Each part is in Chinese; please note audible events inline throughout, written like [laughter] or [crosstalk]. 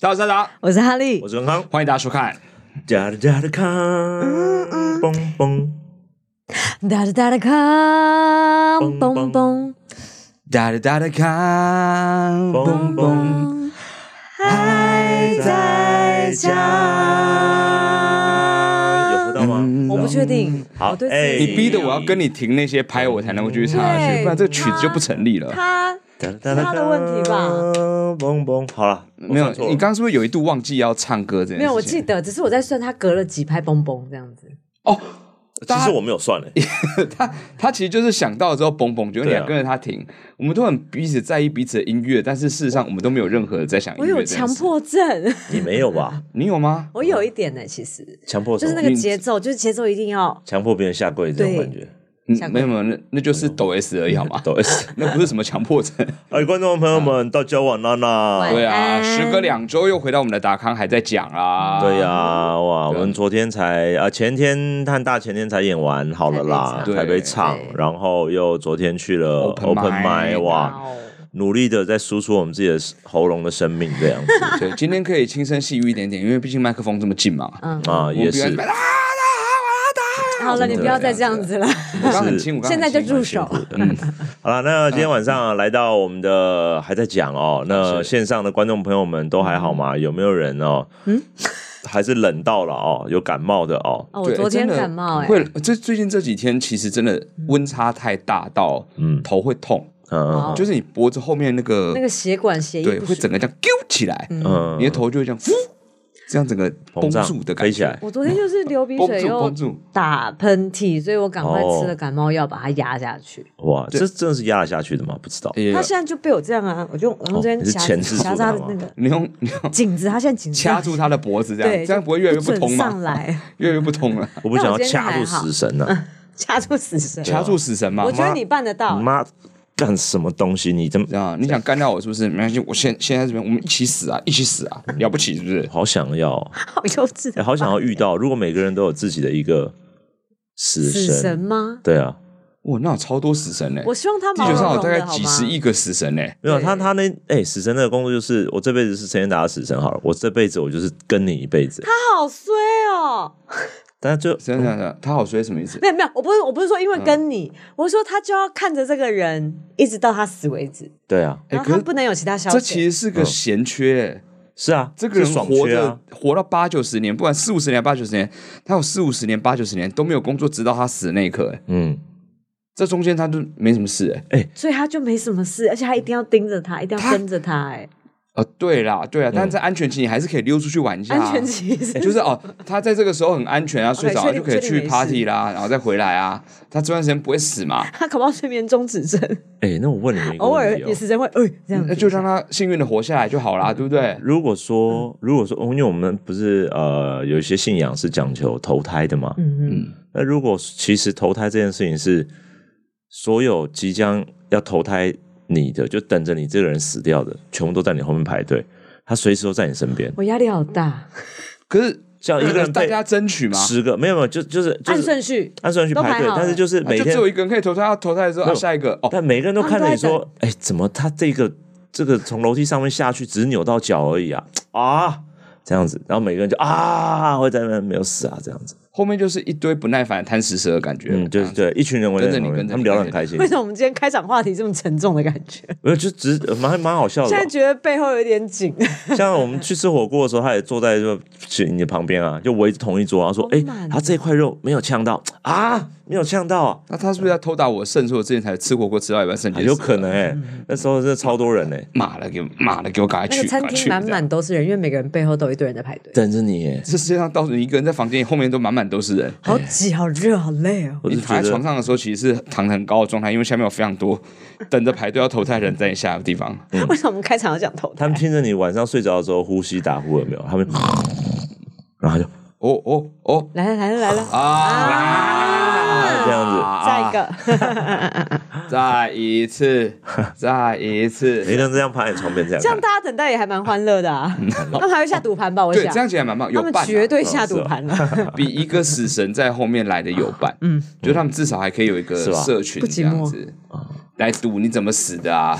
大家好，我是哈利我，是文康，欢迎大家收看。加嗯的加的康，嘣嘣，哒哒哒哒康，蹦嘣蹦嘣哒哒哒哒看，蹦蹦蹦，嘣，还在在有家。喝到吗？嗯我不确定，好我对自哎你己逼得我要跟你停那些拍，我才能够继续唱下去，对不然这个曲子就不成立了。他他的问题吧嘣嘣，好了，我没有，算错了你刚刚是不是有一度忘记要唱歌这件事情？没有，我记得，只是我在算他隔了几拍嘣嘣这样子。其实我没有算欸 [laughs] 嘞， [laughs] 他他其实就是想到之后蹦蹦，觉得你对啊要跟着他停，我们都很彼此在意彼此的音乐，但是事实上我们都没有任何在想音我乐。有强，迫症，你没有吧？你有吗？我有一点呢，其实强迫什就是那么？个节奏，就是节奏一定要强迫别人下跪这种对感觉。嗯想，没有没有，那那就是抖 S 而已好吗？ [laughs] 抖 S， [laughs] 那不是什么强迫症。 [laughs] 哎，观众朋友们，大家晚安啦！晚对啊，安时隔两周又回到我们的达康，还在讲啊。对呀、哇，我对啊们昨天才啊，前天和大前天才演完，好了啦，台北场台北对场对，然后又昨天去了 Open Open mic mic，哇，哦努力的在输出我们自己的喉咙的生命这样 [laughs] 子对，今天可以轻声细语一点点，因为毕竟麦克风这么近嘛。嗯，啊，我 [laughs] 也们不要是，啊啊好了，你不要再这样子了，啊啊啊我刚很轻，我刚现在就住住手。嗯好了，那今天晚上啊来到我们的还在讲哦，嗯那啊是线上的观众朋友们都还好吗？有没有人哦？嗯，还是冷到了哦，有感冒的哦。哦，我昨天感冒，哎，嗯会这最近这几天其实真的温差太大到，嗯头会痛，嗯哦就是你脖子后面那个那个血管血液对，不会舒整个这样揪起来，嗯你的头就会这样，呼这样整个绷膨胀住的感飞觉起来，我昨天就是流鼻绷水住又绷住，打喷嚏，所以我赶快哦吃了感冒药把它压下去。哇，这真的是压得下去的吗？不知道。也他现在就被我这样啊，我哦就我用这边你是夹前置夹术着他的的吗那个你用你用颈子，他现在颈子掐住他的脖子，这对，样这样不会越来越不准通上吗？来 [laughs] 越来越不通 [laughs] 了，我不想但要我今天掐还住好嗯死神啊呢、掐住死神。掐住死神嘛我。觉得你办得啊！到， [laughs] 妈，干什么东西？你这么啊！你想干掉我是不是？没关系，我现现在这边，我们一起死啊，一起死啊，了不起是不是？好想要哦，好幼稚哎的。好想要遇到。如果每个人都有自己的一个死神，死神吗？对啊，哇，那有超多死神呢、我希望他地毛球茸上有茸大概的，好几吗？十亿个死神呢、没有对他他那哎、死神那个工作就是我这辈子是陈建达的死神好了，我这辈子我就是跟你一辈子，他好衰哦！但就真的真的，他好衰什么意思？没有没有，我不是我不是说嗯因为跟你，我是说他就要看着这个人一直到他死为止，对啊，哎然后可他是不能有其他消这遣。其实是个闲缺、欸。是啊，这个嗯是人爽活缺着、啊，活到八九十年，不管四五十年、八九十年，他有四五十年、八九十年都没有工作，直到他死的那一刻、欸。嗯，这中间他都没什么事、欸。所以他就没什么事，而且他一定要盯着他，一定要跟着他、哎，呃，对啦，对啦，但嗯是在安全期你还是可以溜出去玩一下、啊。安全期欸是就是哦，他在这个时候很安全啊，睡着了确定就可以确定去没事 party 啦，然后再回来啊。他这段时间不会死嘛？他搞不好睡眠中止症，哎、那我问你们一个偶尔问题、也哦，是真会，哎、这样嗯子那就让他幸运的活下来就好嗯啦，对不对？如果说如果说，因为我们不是呃有一些信仰是讲求投胎的嘛，嗯嗯，那如果其实投胎这件事情是所有即将要投胎你的，就等着你这个人死掉的，全部都在你后面排队，他随时都在你身边。我压力好大，可是呃像一个人大被家争取嘛，啊十个没有没有，就就是就按是顺序，按顺序都排排队，好但是了就是每啊就只天，有一个人可以投胎，他投胎的时候没啊，有下一个哦，但每个人都看着你他们说都，哎，怎么他这个这个从楼梯上面下去只扭到脚而已啊啊这样子，然后每个人就啊会在那边没有死啊这样子，后面就是一堆不耐烦的贪食蛇的感觉。嗯，就是对，一群人围在啊跟着你旁边跟着他们你聊得很跟着开心为， [laughs] 什么我们今天开场话题这么沉重的感觉？没有就只蛮蛮好笑的现哦在。觉得背后有点紧，像我们去吃火锅的时候，他也坐在就你旁边啊，就围着同一桌，然后说：“好哎、满哦他这块肉没有呛到啊，没有呛到啊，那他是不是要偷打我肾？说我之前才吃火锅吃到一半肾结石，有可能哎、那时候真的超多人哎、妈的给我妈的给我赶快那个去，餐赶快厅去满这样满都是人，因为每个人背后都有一堆人在排队，等着你哎、这世界上到处你一个人在房间里，后面都满满都是人。好挤、好热、好累哦。我你就躺觉在床得上的时候，其实是躺得很高的状态，因为下面有非常多等着排队要投胎的人在你下的地方。为什么我们开场要讲头他胎们？听着你晚上睡着的时候呼吸打呼有没有？[laughs] 他们，然后就哦哦哦来了来了来了，啊！这样子下一个，个，再一次， [laughs] 再一每次。个人这样趴在你床边这样这样看，大家等待也还蛮欢乐的啊。他们还会下赌盘吧？我嗯对，想这，样其实还蛮棒，有他们伴啊、啊绝对下赌盘了。比一个死神在后面来的有伴。嗯，就他们至少还可以有一个是吧社群不这寂寞 [laughs] 样子来赌你怎么死的啊。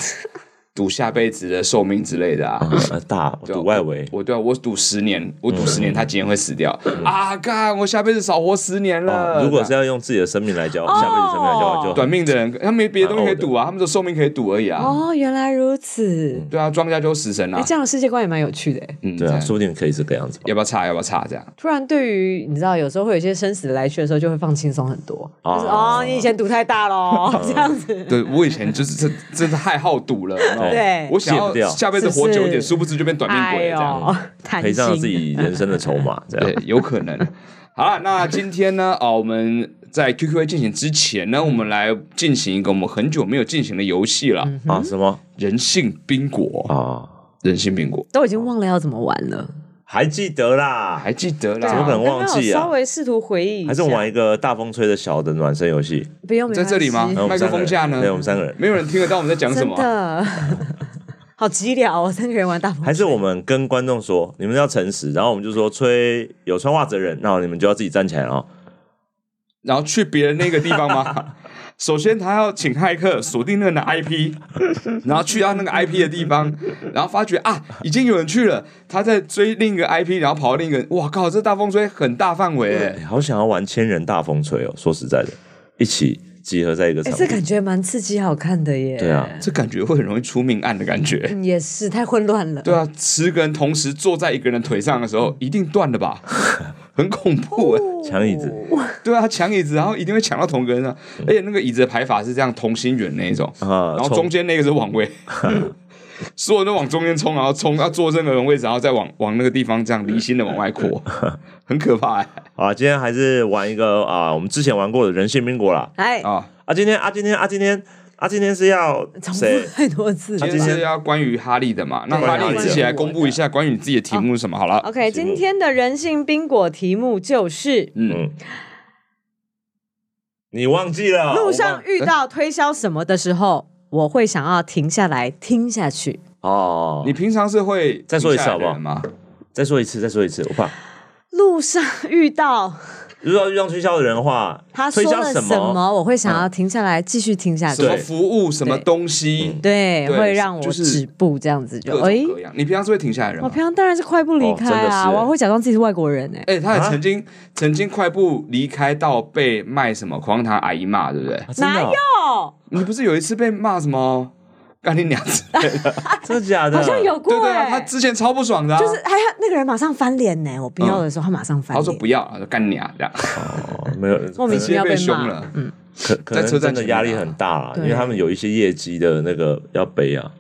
赌下辈子的寿命之类的啊。啊，大对啊赌外围，嗯我对啊，我赌十年，我赌十年，他今年会死掉啊！干，我下辈子少活十年哦了。如果是这样要用自己的生命来交，下辈子生命来交换，就很短命的人，他没别的东西可以赌啊，他们的寿命可以赌而已啊。哦，原来如此。对啊，庄家就是死神哎、啊。这样的世界观也蛮有趣的哎。嗯，对这啊，样说不定可以这个样子吧。要不要差？要不要差？这样突然对于你知道，有时候会有一些生死来去的时候，就会放轻松很多。哦就是哦，你以前赌太大 [laughs] 喽，这样子。对我以前就是真真的太好赌了，你知道吗对我想戒要不掉下辈子活久一点，是不是殊不知就变短命鬼了这样。，贪赔上哎心自己人生的筹码，哎这对样，有可能。好了，那今天呢，啊，我们在 QQ 进行之前嗯呢，我们来进行一个我们很久没有进行的游戏了，嗯啊？什么人性冰果，啊？人性冰果，都已经忘了要怎么玩了。还记得啦？还记得怎么啦？可能忘刚记啊刚有稍微试图回忆一下，还是我们玩一个大风吹的小的暖身游戏？不用，没在关这里吗系？然后麦我们克三个风人架呢？对，我们三个人。没有人听得到我们在讲什真么。的，好寂寥哦，三个人玩大风还是我们跟观众说，你们要诚实，然后我们就说吹有穿袜子的人，那你们就要自己站起来哦。然后去别人那个地方 [laughs] 吗？首先，他要请骇客锁定那个 IP，然后去到那个 IP 的地方，然后发觉啊，已经有人去了，他在追另一个 IP，然后跑到另一个，哇靠，这大风吹很大范围哎耶，好想要玩千人大风吹哦！说实在的，一起集合在一个哎、场这地，感觉蛮刺激、好看的耶。对啊，这感觉会很容易出命案的感觉。嗯，也是太混乱了。对啊，十个人同时坐在一个人腿上的时 [laughs] 候，一定断的吧？很恐怖哦耶抢椅子对啊，抢椅子，然后一定会抢到同一个人上，啊嗯而且那个椅子的排法是这样同心圆那一种，啊，然后中冲间那个是往 [laughs] 位，所有人都往中间冲，然后冲，要坐任何人位置，然后再往往那个地方这样离心的往外 [laughs] 扩，很可怕哎、好啊！今天还是玩一个啊，我们之前玩过的人性冰果啦。哎，啊！啊，今天啊，今天啊，今天啊，今天是要重复谁？太多次了今。天是要关于哈利的嘛？那哈关于哈利你利啊的自己来公布一下关于你自己的题目是什么好了。 OK，今天的人性宾果题目就是 [laughs] 嗯，你忘记了？哦路我上忘遇 [laughs] 到推销什么的时候，我会想要停下来听下去。哦，你你平常是会再说一次停下来好不好的人吗？再说一次，再说一次，[laughs] 我怕。路上遇到如果要遇上推销的人的话，他说推销了什什么，我会想要停下来继续听下什。去么对服务？什么东西？对，对会让我就是止步这样子就各哎种，各样。你平常是会停下来的人我吗？平常当然是快步离哦真开的啊，是我还会假装自己是外国人哎。哎、他也啊曾经、曾经快步离开到被卖什么狂糖阿姨骂，对不对？啊真哪的哦有？你不是有一次被骂什么干你娘子？真的假的？好像有对过对啊，他哎，之前超不爽的、啊，就是还有那个人马上翻脸呢。我不要的时候，他马上翻嗯他说脸不。要，他说干你啊 [laughs] 这样，哦，没有，莫名直其接妙被被凶骂了，嗯，可可在能车站真的前面压力啊很大啦，因对为他们有一些业绩的那个要背啊，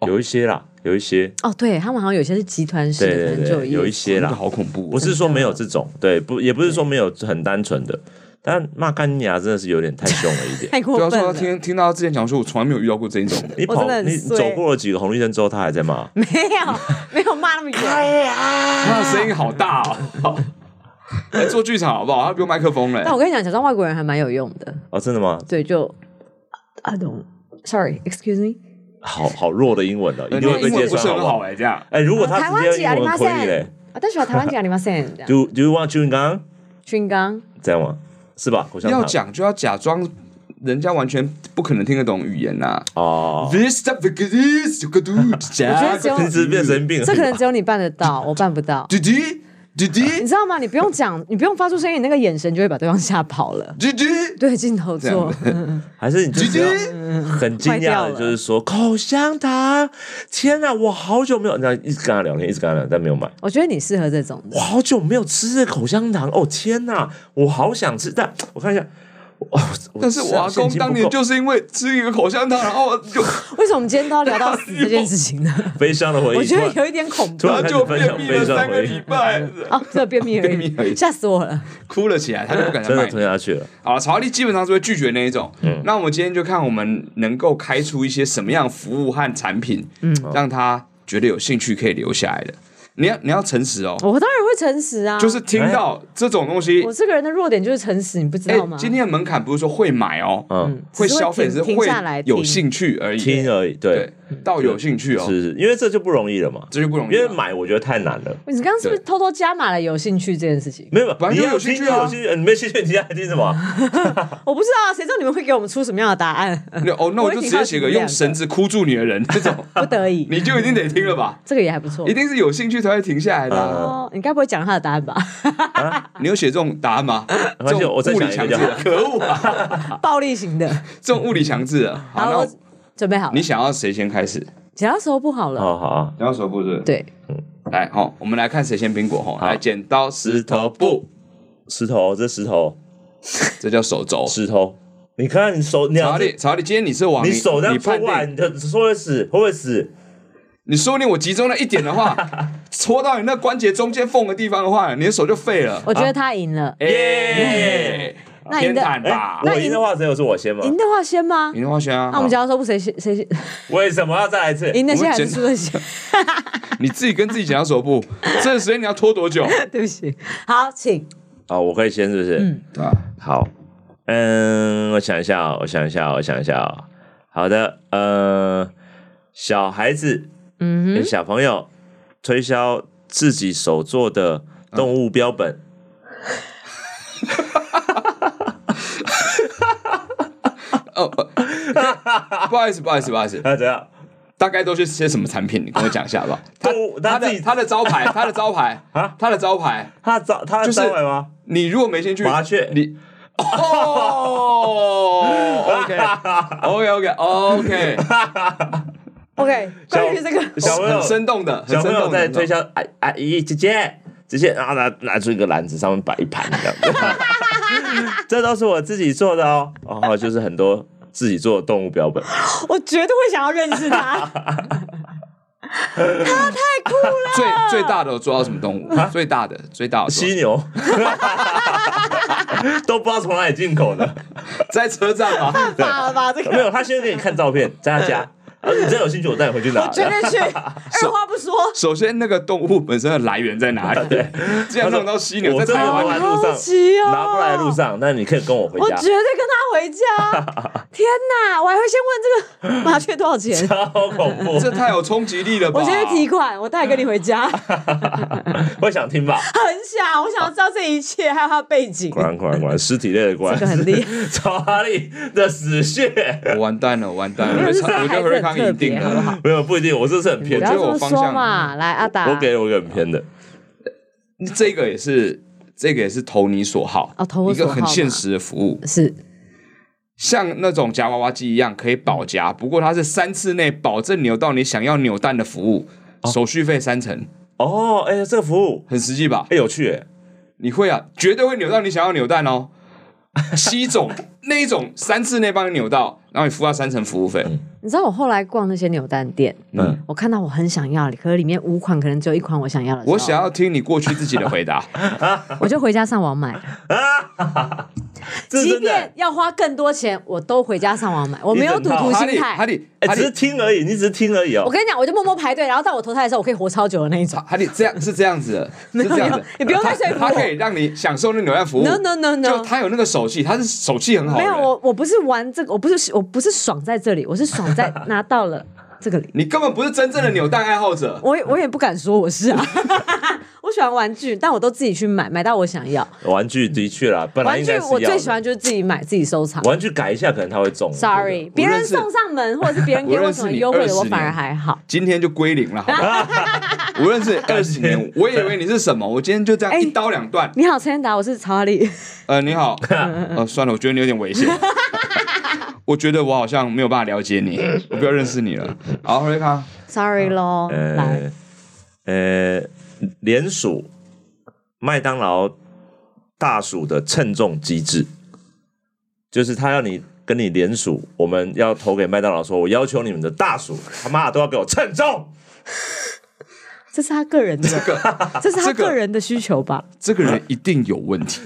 哦有一些啦，有一些，哦，对他们好像有些是集团式对的，可对能就对，有一一些真的啦，好恐怖、不哦。是说没有这种，对，不也不是说没有很单纯的，但骂干牙真的是有点太凶了 [laughs] 一点。太过对啊，分说他了。听听到他之前讲说，我从来没有遇到过 [laughs] 这一种的。你我真跑的很你衰走过了几个红绿灯之后，他还在骂，啊没有，没有骂那么远。他的声音好大哦！来做剧场好不好？他不用麦克风但了。欸我跟你讲，假装外国人还蛮有用的。哦，真的吗？对，就 I don't sorry, excuse me。好好弱的英文啊的，一定会被英揭文不穿是好很不好好？哎，这样哎，如果他台湾直接籍用阿里英马文回你嘞森，啊，但是我台湾籍阿里马森这样。 ，Do Do you want chewing gum？军刚，这样吗？是吧？口香糖要讲就要假装人家完全不可能听得懂语言呐。哦， This stuff is good， [laughs] 得只有你只是变神经病，这可能只有你办得到，我办不到。弟弟弟你弟知道吗？你不用讲，你不用发出声音，你那个眼神就会把对方吓跑了。弟弟，对，镜头做，还是你就弟只弟要。嗯很惊坏掉讶了的，就是说口香糖，天哪，我好久没有，那一直跟他聊天，一直跟他聊，但没有买。我觉得你适合这种的我好久没有吃这口香糖，哦天哪，我好想吃，但我看一下，哦，但是我啊阿公当年就是因为吃一个口香糖，然后就为什么我们今天都要聊到死这件事 [laughs] 情呢？悲伤的回忆，我觉得突然有一点恐怖突。然他 [laughs] 开就始分便享秘悲了伤的三个回礼忆，拜，哦，这便秘 [laughs] 而便秘而已，已吓死我了！ [laughs] 哭了起来，他就不敢再真卖的嗯你吞下去了。啊，曹丽基本上是会拒绝那一种。那我们今天就看我们能够开出一些什么样的服务和嗯产品，让他觉得有兴趣可以留下来的。你要你要诚实哦，我当然会诚实啊，就是听哎到这种东西我，这个人的弱点就是诚实，你不知哎道吗？，今天的门槛不是说会买哦，嗯，只是消费停只是停会下来有听兴趣而已，听而已，对对，，到有兴趣哦，是是，因为这就不容易了嘛，这就不容易因了。为买我觉得太难了。你刚刚是不是偷偷加码了有兴趣这件事情？没有，本来你就要有听兴就趣有啊兴趣，你没兴趣，你要听什么？我不知道啊，谁知道你们会给我们出什么样的答案？那哦，那我我会就听直到接写你个们两用个绳子箍住你的人这 [laughs] 种，不得已，你就一定得听了吧？这个也还不错一。定是有兴趣才会停下来的嗯啊。哦，你该不会讲他的答案吧？你有写这种答案吗？没这关系种我再物理强想一制个就的，可恶啊！暴力型的。这种物理强制的。好，好，那我我准备好了你。想要谁先开始？其他时候不好了。 [laughs] 好好啊，你要手布是？对，来，好，我们来看谁先苹果。哈，来，剪刀石头布，石头，这石头，这叫手肘。石头，你看你手，你查要理，是查理，今天你是王，啊你手这样你戳判过来，定，你的手会死，会不会死？你说不定我集中了一点的 [laughs] 话，戳到你那关节中间缝的地方的话，你的手就废了。我觉得啊，他赢了。耶，那赢的偏袒吧哎，我赢的话，只有是我先吗？赢的话先吗？你的话先啊，那我们讲到说不谁先谁先为什么要再来一次？赢的先我还是觉得输的先？你自己跟自己讲手部，这个时间你要拖多 [laughs] 久？对不起，好，请啊，我可以先是不是？嗯对啊，好，嗯，我想一下哦，我想一下哦，我想一下哦。好的，呃，小孩子，嗯嗯、小朋友推销自己手做的动物标本，哦，呃不好意思，不好意思，不好意思，啊，怎样？大概都是些什么产品？你跟我讲一下吧。 [laughs] 动物他他自的己他的招 [laughs] 牌，他的招牌啊他的招牌，他招他就是招牌吗？你如果没兴趣，麻雀你哦，OK，OK，OK，OK，、 ，OK，小关于这个，小朋友很生动的，很小生朋友动的在推销阿阿姨姐姐姐姐，然后拿拿出一个篮子，上面摆一盘这样子。 [laughs] 这都是我自己做的哦，然后就是很多自己做的动物标本。我绝对会想要认识他。最最大的有做到什么动啊物？最大的最大的犀牛， [laughs] 都不知道从哪里进口的。在车站啊 [laughs] 吗？罢了吧，这没个有，他先给你看照片，在他家。啊，你真有兴趣，我带你回去拿。绝对去，二话不说。首先，那个动物本身的来源在哪里？对，既然弄到犀牛，我在真的台拿湾不来路好上奇哦，拿不来路上，那你可以跟我回我家绝。对跟他回 [laughs] 家。天哪，我还会先问这个麻雀多少 [laughs] 钱？好恐怖，这太有冲击力了吧！我先去提款，我待会跟你回 [laughs] 家。会想听吧？很想，我想要知道这一切，还有他的背 [laughs] 景，果然，果然，果然，尸体类的果然这个很厉害。 [laughs] 查理的死穴，我完蛋了，我完蛋了，没有我是觉得我觉得这个瑞孩康子很赢定特别好不好了。没有不一定，我这是很不偏要的觉，得这么我方向说嘛！来，阿达，我给了我一个很偏的。这个也是，这个也是投你所好哦投我一所个好很现嘛实的服务，是像那种夹娃娃机一样可以保夹，不过它是三次内保证扭到你想要扭蛋的服务，手续费三成，哦，哎，这个服务很实际吧？哎有趣哎，你会啊，绝对会扭到你想要扭蛋哦。七种那一种三次内帮你扭到，然后你付到三成服务费，你知道我后来逛那些扭蛋店，嗯，我看到我很想要，可是里面五款可能只有一款我想要的时候，我想要听你过去自己的回 [laughs] 答。我就回家上网买，这是即 [laughs] 真便的。要花更多钱，我都回家上网买，我没有赌徒哈心利，哈态。利，哈哎，只利是，听而已，你只是听而已我哦。跟你讲，我就默默排队，然后到我投胎的时候，我可以活超久的那一种。哈利，这样是这样子的，是这样子没有，你不用再说服我它可以让你享受那扭蛋服务。 No no no 就 no，它有那个手气，它是手气很好的啊没有人。我我不是玩这个，我不是我不是爽在这里，我是爽在拿到了这个里。你根本不是真正的扭蛋爱好者。我也我也不敢说我是啊， [laughs] 我喜欢玩具，但我都自己去买，买到我想要。玩具的确啦，本来玩应具该是我要最喜的。欢就是自己买自己收藏。玩具改一下，可能他会中。 Sorry，别人认识送上门或者是别人给我我认识什么你优惠20的，我反而年还好。今天就归零了，好 [laughs] 吧？无论是二十年，我以为你是什么，我今天就这哎样一刀两断。你好，陈彦达，我是曹阿 [laughs] 丽。呃，你 [laughs] 好，呃，算了，我觉得你有点危险，我觉得我好像没有办法了解你，我不要认识你了。好，瑞康， [laughs] 啊 Sorry 咯，来，呃呃，联署麦当劳大薯的称重机制，就是他要你跟你联署，我们要投给麦当劳说，我要求你们的大薯他妈的都要给我称重。这是他个人的， [laughs] 这是他这个个人的需求吧？这个人一定有问题。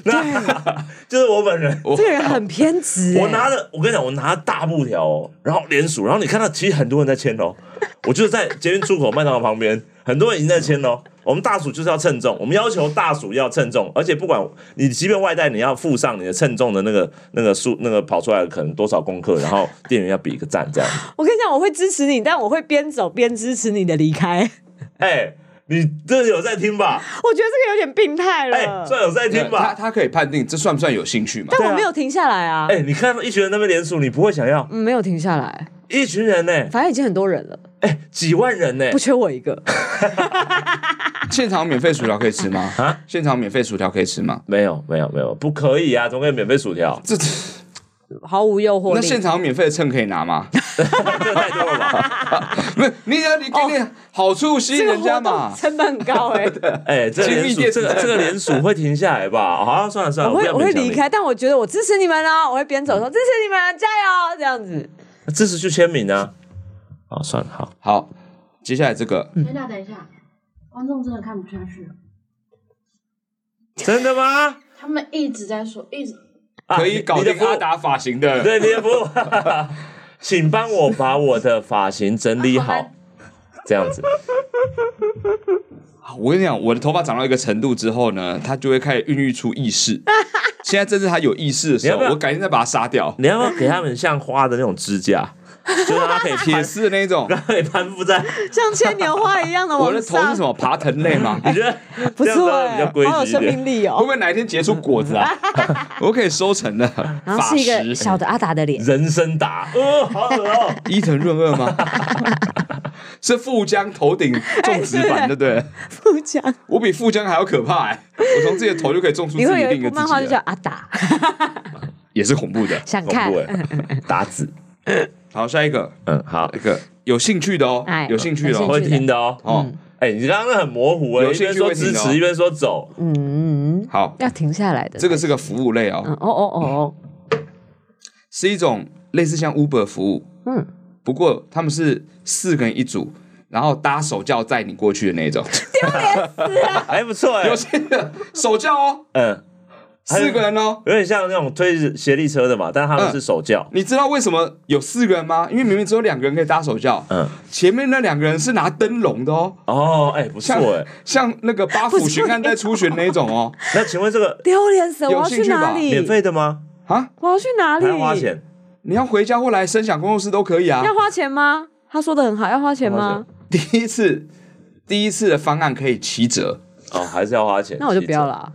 就是我本人，这个人很偏执欸。我拿了，我跟你讲，我拿了大布条、哦，然后联署，然后你看到其实很多人在签哦，我就是在捷运出口麦当劳旁边，很多人已经在签喽。我们大暑就是要称重，我们要求大暑要称重，而且不管你即便外带，你要附上你的称重的那个那个数，那个跑出来的可能多少功课，然后店员要比一个赞这样子。我跟你讲，我会支持你，但我会边走边支持你的离开。哎、你这有在听吧？我觉得这个有点病态了。哎、这有在听他吧？他可以判定这算不算有兴趣 [laughs] 嘛？对但啊我没有停下来啊，哎、你看到一群人那边联署，你不会想要嗯，没有停下来，一群人呢、反正已经很多人了，哎、几万人呢、不缺我一个。现场免费薯条可以吃吗？啊，现场免费薯条可以吃吗？没有没有没有，不可以啊！怎么可以免费薯条？这毫无诱惑那力。现场免费的秤可以拿吗？这太多了吧？ [laughs] 不是，你要你给点好处吸这引个人活家动嘛。成本很高哎、哎、这精联密署电这个子这个联署会停下来吧？好、啊，算了算了，我会不要我会勉强你离开，但我觉得我支持你们哦，我会边走说支持你们，啊加油这样子。支持去签名啊！啊，算了，好，好，接下来这个等一下，等一下，观众真的看不下去了，真的吗？他们一直在说，一直 [laughs] 啊可以搞你的定服务阿达发型的，对，你的服务， [laughs] 请帮我把我的发型整理好，这样子。我跟你讲，我的头发长到一个程度之后呢，它就会开始孕育出意 [laughs] 识。现在正是它有意识的时你要候，不要我改天再把它杀 [laughs] 掉，你要不要给他们像花的那种支 [laughs] 架，就让它可以铁攀，丝的那种。让它可以攀附在。像牵牛花一样的我往的头上，是什么爬藤类 [laughs] 吗？你觉得不这样子错好像哎、比较规好有矩一生点？命力会不哦。会哪一天结出果 [laughs] 子啊？我可以收成的然发后是一个石。小的阿达的脸，人生达，哦，好恶哦！伊藤润二 [laughs] 吗？是富江头顶种植版，对不对？不讲，我比富江还要可怕哎！ [laughs] 我从自己的头就可以种出自己你会有另一一个部自漫画就己叫了，阿达，也是恐怖的。想恐 [laughs] 看怖哎，达子，好，下一个，嗯，好那，个有兴趣的哦哎，有兴趣的有兴哦会听的哦。哦。嗯哎，你刚刚很模糊哎，有一边兴趣说会支听的哦持，一边 [laughs] 说走，嗯，好，要停下来的这个是个服务类嗯哦，哦哦哦哦，是一种类似像 Uber 服务，嗯，不过他们是四个人一组，然后搭手轿载你过去的那种，还不错哎有。些人手轿哦，嗯，还有四个人哦。有点像那种推斜力车的嘛，但他嗯们是手轿。你知道为什么有四个人吗？因为明明只有两个人可以搭手轿，嗯，前面那两个人是拿灯笼的哦，哦，哎，不像错哎。像那个八府巡案在出巡那种 [laughs] 哦，那请问这个丢脸死了！我有要兴去趣吧哪里免？费的吗？啊，我要去哪里还？要花钱？你要回家或来声响工作室都可以啊。要花钱吗？他说的很好，要花钱要花吗钱？第一次，第一次的方案可以七折，哦，还是要花钱？那我就不要了。了啊。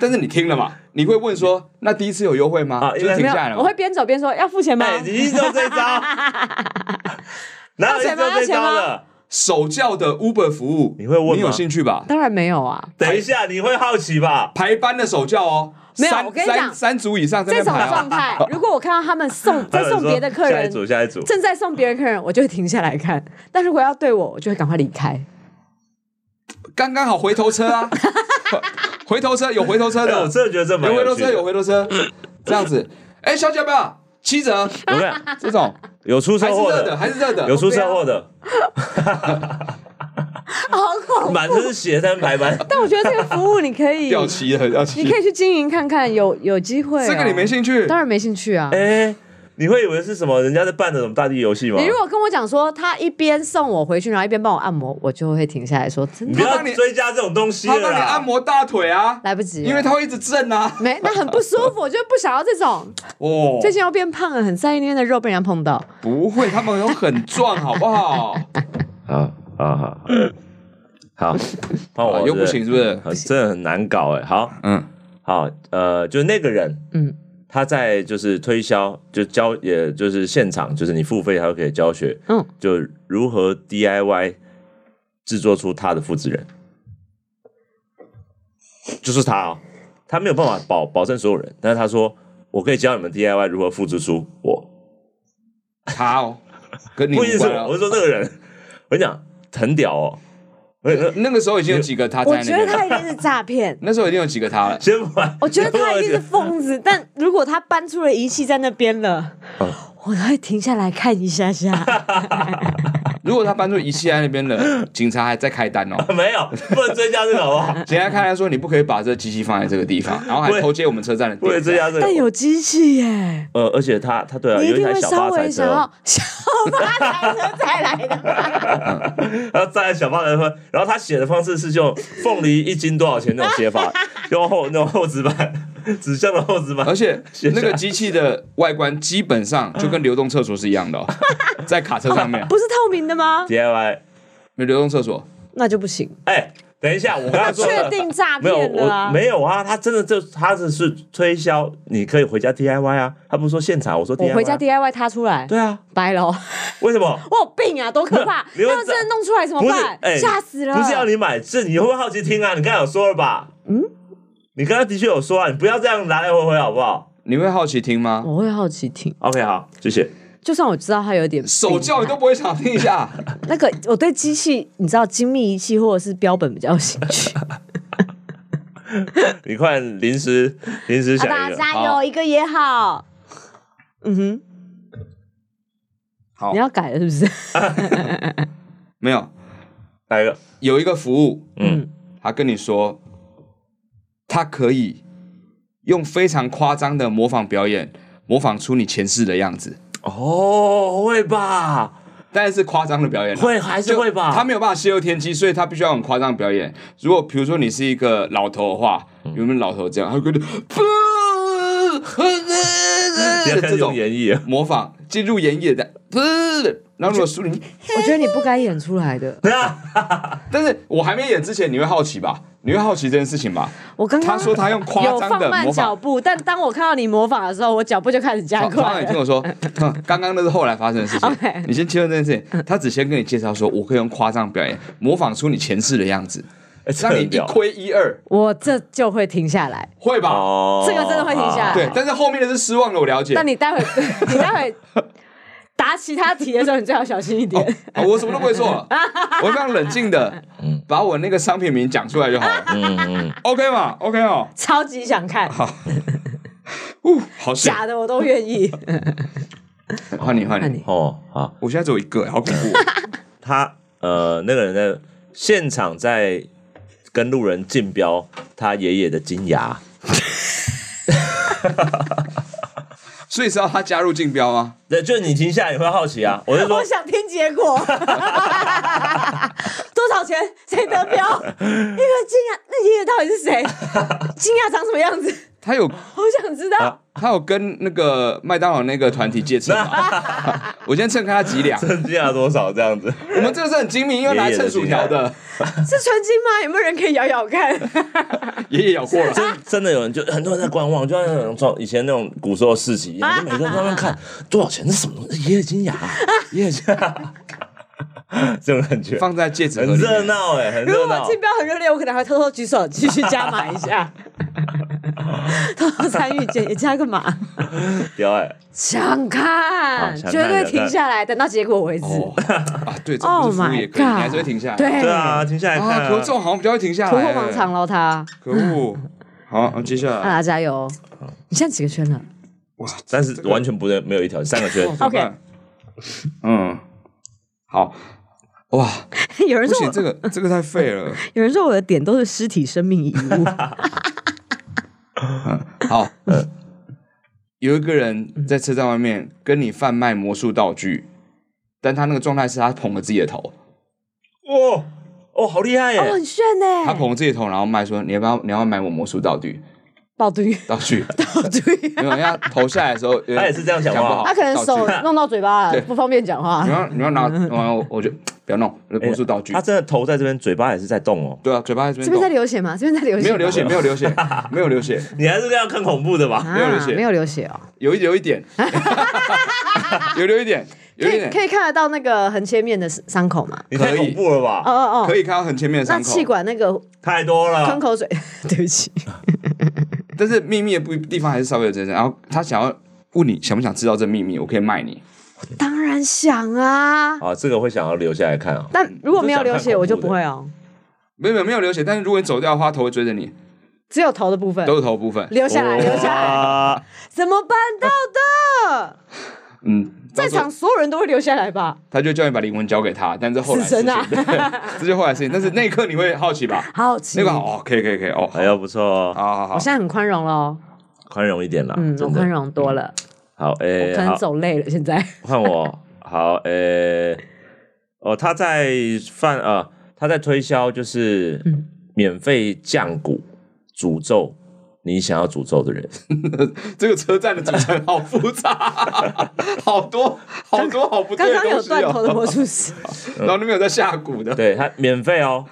但是你听了嘛？你会问说，那第一次有优惠吗？啊就因为是停没下来有，了我嘛。会边走边说要付钱吗？哎，你一直都 [laughs] 这一招，哪有一直都这一招了？手教的 Uber 服务，你会问吗你有兴趣吧？当然没有啊，等一下，你会好奇吧？排班的手教哦，没有三我跟你讲三三组以上在这那种排状哦。态， [laughs] 如果我看到他们送在送别的客下一人，组，下一组。正在送别人客人，我就会停下来看；但如果要对我，我就会赶快离 [laughs] 开。刚刚好回头车 [laughs] 啊，回头车有回头车哎，我的，真的觉得这蛮有回头有趣车的。有回头车，这样子。哎，小姐要不要七折？有没有这种有出还是车祸热的，还是热的 [laughs] 有。出车祸的， [laughs] 好恐怖！满身血在排班。 [laughs] 但我觉得这个服务你可以，掉漆了，掉你漆可。以去经营看看，有有机会哦。这个你没兴趣当然没兴趣啊。哎，你会以为是什么？人家在办的什么大地游哦戏吗你？如果跟我讲说他一边送我回去，然后一边帮我按摩，我就会停下来说真你不的要追加这种东西他了帮你啦。按摩大腿啊，来不及了，因为他会一直震啊。没那很不舒服，我就不想要这种。哦，最近要变胖了，很在意那边的肉被人家碰到。不会，他们都很壮，好不 [laughs] 好？好好好， [laughs] 好，换我啊又不行，，是不是？很真的很难搞哎。好嗯，好，呃，就是那个人，嗯，他在就是推销，就教，也就是现场，就是你付费，他就可以教学，嗯，就如何 DIY 制作出他的复制人，就是他哦，他没有办法保保证所有人，但是他说我可以教你们 DIY 如何复制出我，他哦，跟你不一定无是关我，哦。我是说那个人，我跟你讲很屌哦，我跟你说那个时候已经有几个他我在觉那得边他了，，一定是诈骗那时候已经有几个他了。先不管，我觉得他一定是先不疯 [laughs] 子。但如果他搬出嗯 [laughs] 了仪器在那边了，我会停下来看一下下。如果他搬出仪器在那边 [laughs] 了，警察还在开单哦。没有，不能追加这个好不 [laughs] 好？警察开单说你不可以把这机器放在这个地方，然后还偷接我们车站的不能电追站。加这个。但有机器耶，呃，而且他他对啊，你一 [laughs] 有一定台会小稍发财微想车要，小发财车才来 [laughs] 的。然后再来小发财车，然后他写的方式是 [laughs] 用凤梨一斤多少钱那种写法，用厚那种厚纸板， [laughs] 纸箱的厚纸板而。且那个机器的外观基本上就跟流动厕所是一样的、 [laughs] 哦，在卡车上 [laughs] 面，不是透明的吗？ DIY，没有流动厕所，那就不行，哎、等一下，我刚才说确了。定诈 [laughs] 没有，骗了我啊！没有啊，他真的就他只是推销，你可以回家 DIY 啊。他不是说现场，我说 DIY，我啊回家 DIY 它出来，对啊，掰了哦， [laughs] 为什么？我有病啊，多可怕！没有没有要真的弄出来怎么不是，办？哎，吓死了！不是要你买，是你会不会好奇听啊？你刚才有说了吧？嗯，你刚刚的确有说啊，你不要这样来来回回好不好你会好奇听吗？我会好奇听， ？OK，好，谢谢。就算我知道它有点病手叫你都不会想听一下，那个，我对机器，你知道精密仪器或者是标本比较有兴 [laughs] 趣。你快临时临时想啊大家一个，加好油，一个也好。嗯哼，好你，要改了是不 [laughs] 是？没有来一个，有一个服务，嗯，他跟你说，他可以用非常夸张的模仿表演，模仿出你前世的样子，哦，会吧？但是夸张的表演啊会还是会吧？他没有办法泄露天机，所以他必须要很夸张的表演。如果比如说你是一个老头的话，嗯有没有老头这样？他会跟你不， [laughs] 你要开这始种用演绎了， [laughs] 模仿进入演绎的，不，然后如果输你，我觉得你不该演出来的。但是我还没演之前，你会好奇吧？你会好奇这件事情吧？我刚他刚说他用夸有张放的慢模脚仿。步，但当我看到你模仿的时候，我脚步就开始加好，好，快你听了。 [laughs] 我说，哼刚刚那是后来发生的事情 OK。你先切断这件事情，他只先跟你介绍说，我可以用夸张表演模仿出你前世的样子，哎这让你很一屌窥一二，我这就会停下来，会吧？哦这个真的会停下来对，但是后面的是失望的，我了解。但你待会 [laughs] 你待会答其他题的时候，你最好小心一点。啊我什么都不会 [laughs] 做，我非常冷静的嗯把我那个商品名讲出来就好了。OK 嘛，OK 哦，超级想看，呜，好险！假的我都愿 [laughs] 意。换你，换那你，你哦，好，我现在只有一个，好恐怖哦。他呃，那个人在现场在跟路人竞标他爷爷的金牙，所以是要他加入竞标啊吗？对，就是你停下来你会好奇啊，我就说我想听结果， [laughs] 多少钱？谁得标？ [laughs] 那个惊讶，那爷爷到底是谁？惊讶长什么样子？他有好想知啊道。他有跟那个麦当劳那个团体借秤 [laughs] 吗？我先称看他几两。金牙啊多少这样子， [laughs] 我们这个是很精明，因为拿来称薯条的，是纯金吗？有没有人可以咬咬 [laughs] 看？爷爷咬过了。真真的有人就很多人在观望，就像那种从以前那种古时候市集一样，啊就每个人在那边看多少钱，这什么东西？爷爷 [laughs] 金牙，爷爷金牙，这种感觉放在戒指盒很里热面，闹哎，很如果热闹竞。标很热烈，我可能还偷偷举手继续加码一下， [laughs] 偷偷参与加加个码，屌哎，想好看，想看绝对想看停下来，等到结果为止。哦啊，对，这不是 Oh 服务 my 也可以，你 God 还是会停下来。对对啊，停下来看啊，哦可是这啊。种好像比较会停下来。突破盲场喽他，可恶！好，那接下哎大来，家加油！你现在几个圈了？哇，但是完全不对，没有一条，三个圈。哦怎么办嗯，好，哇， [laughs] 有人不说行，我，这个这个太废 [laughs] 了。有人说我的点都是尸体生命 [laughs] 遗物，好，呃有一个人在车站外面跟你贩卖魔术道具，但他那个状态是他捧了自己的头，哦哦，好厉害耶！哦，很炫他呢，捧了自己的头，然后卖说你要不要你要不要买我魔术道具爆 [laughs] 堆，道具？爆堆，因为要头下来的时候，他也是这样讲话啊讲不好，他 [laughs] 可能手啊道具弄到嘴巴对了，不方便讲话你。要你要 [laughs] 拿，然后我就不要弄魔术道具他。真的头在这边，嘴巴也是在动哦。对啊，嘴巴在这这边在边流血吗？这边在流动，血？没有流血，，没有流血， [laughs] 没有流血。你还是要看恐怖的吧？啊，没有流血没有流血哦。有一有一 [laughs] 点，有留一点，有可一以点可以看得到那个横切面的伤口吗？你太恐怖了吧？哦哦可哦，以看到很前面的那伤气口，管那个太多喷了。口水， [laughs] 对不起，但是秘密的不地方还是稍微有真正。然后他想要问你想不想知道这秘密，我可以卖你。当然想啊。啊，这个会想要留下来看啊。但如果没有流血，我我就就想看恐怖的不会哦，没有没有没有流血，但是如果你走掉的话，头会追着你，只有头的部分都是头部分。留下来，留下来，哇 [laughs] 怎么办到的？嗯，到在时候场所有人都会留下来吧？他就叫你把灵魂交给他，但是后来死神啊事情 [laughs] 对这就后来事情。但是那一刻你会好奇吧？好奇，那个好哦，可以可以可以哦，哎呦不错哦，好好好我，现在很宽容哦喽，宽容一点啦，嗯，我真宽的。容多了，好，我哎，可能好，走累了，现 [laughs] 在 [laughs] 换我。好，呃，哦，他在贩啊，他在推销就是嗯免费降谷诅咒你想要诅咒的人。这个车站的组成好复杂，好 [laughs] 多好多好不刚对的刚有东西断头的哦。魔术 [laughs] 师，然后那边有在下蛊的，对他免费哦，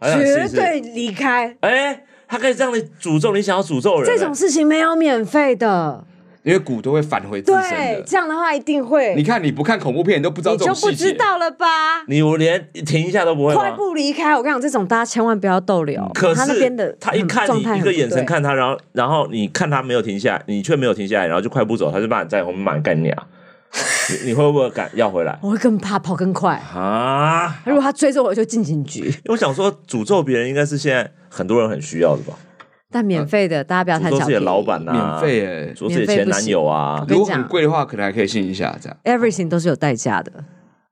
他想试绝一试。对离开。哎，他可以让你诅咒你想要诅咒的人。欸这种事情没有免费的，因为蛊都会返回自身对，的。这样的话一定会，你看你不看恐怖片，你都不知道你这就种不细知节。道了吧？你我连停一下都不会快吗？嗯步离开！我跟你讲，这种大家千万不要逗留。可是他那边的他一嗯看状你态很一不个眼神对，看他，然后然后你看他没有停下来，你却没有停下来，然后就快步走，他就把你在后面把你干掉。你你 [laughs] 会不会赶要回来我会更怕，跑更快。啊？如果他追着我，我就进警局。因为我想说，诅咒别人应该是现在很多人很需要的吧？但免费的，大家不要诅贪咒小自己便的宜。老板免啊，费哎诅咒自己的前男友啊免费不，行如果很贵的话，可能还可以信一下这样。 ，everything 都是有代价的。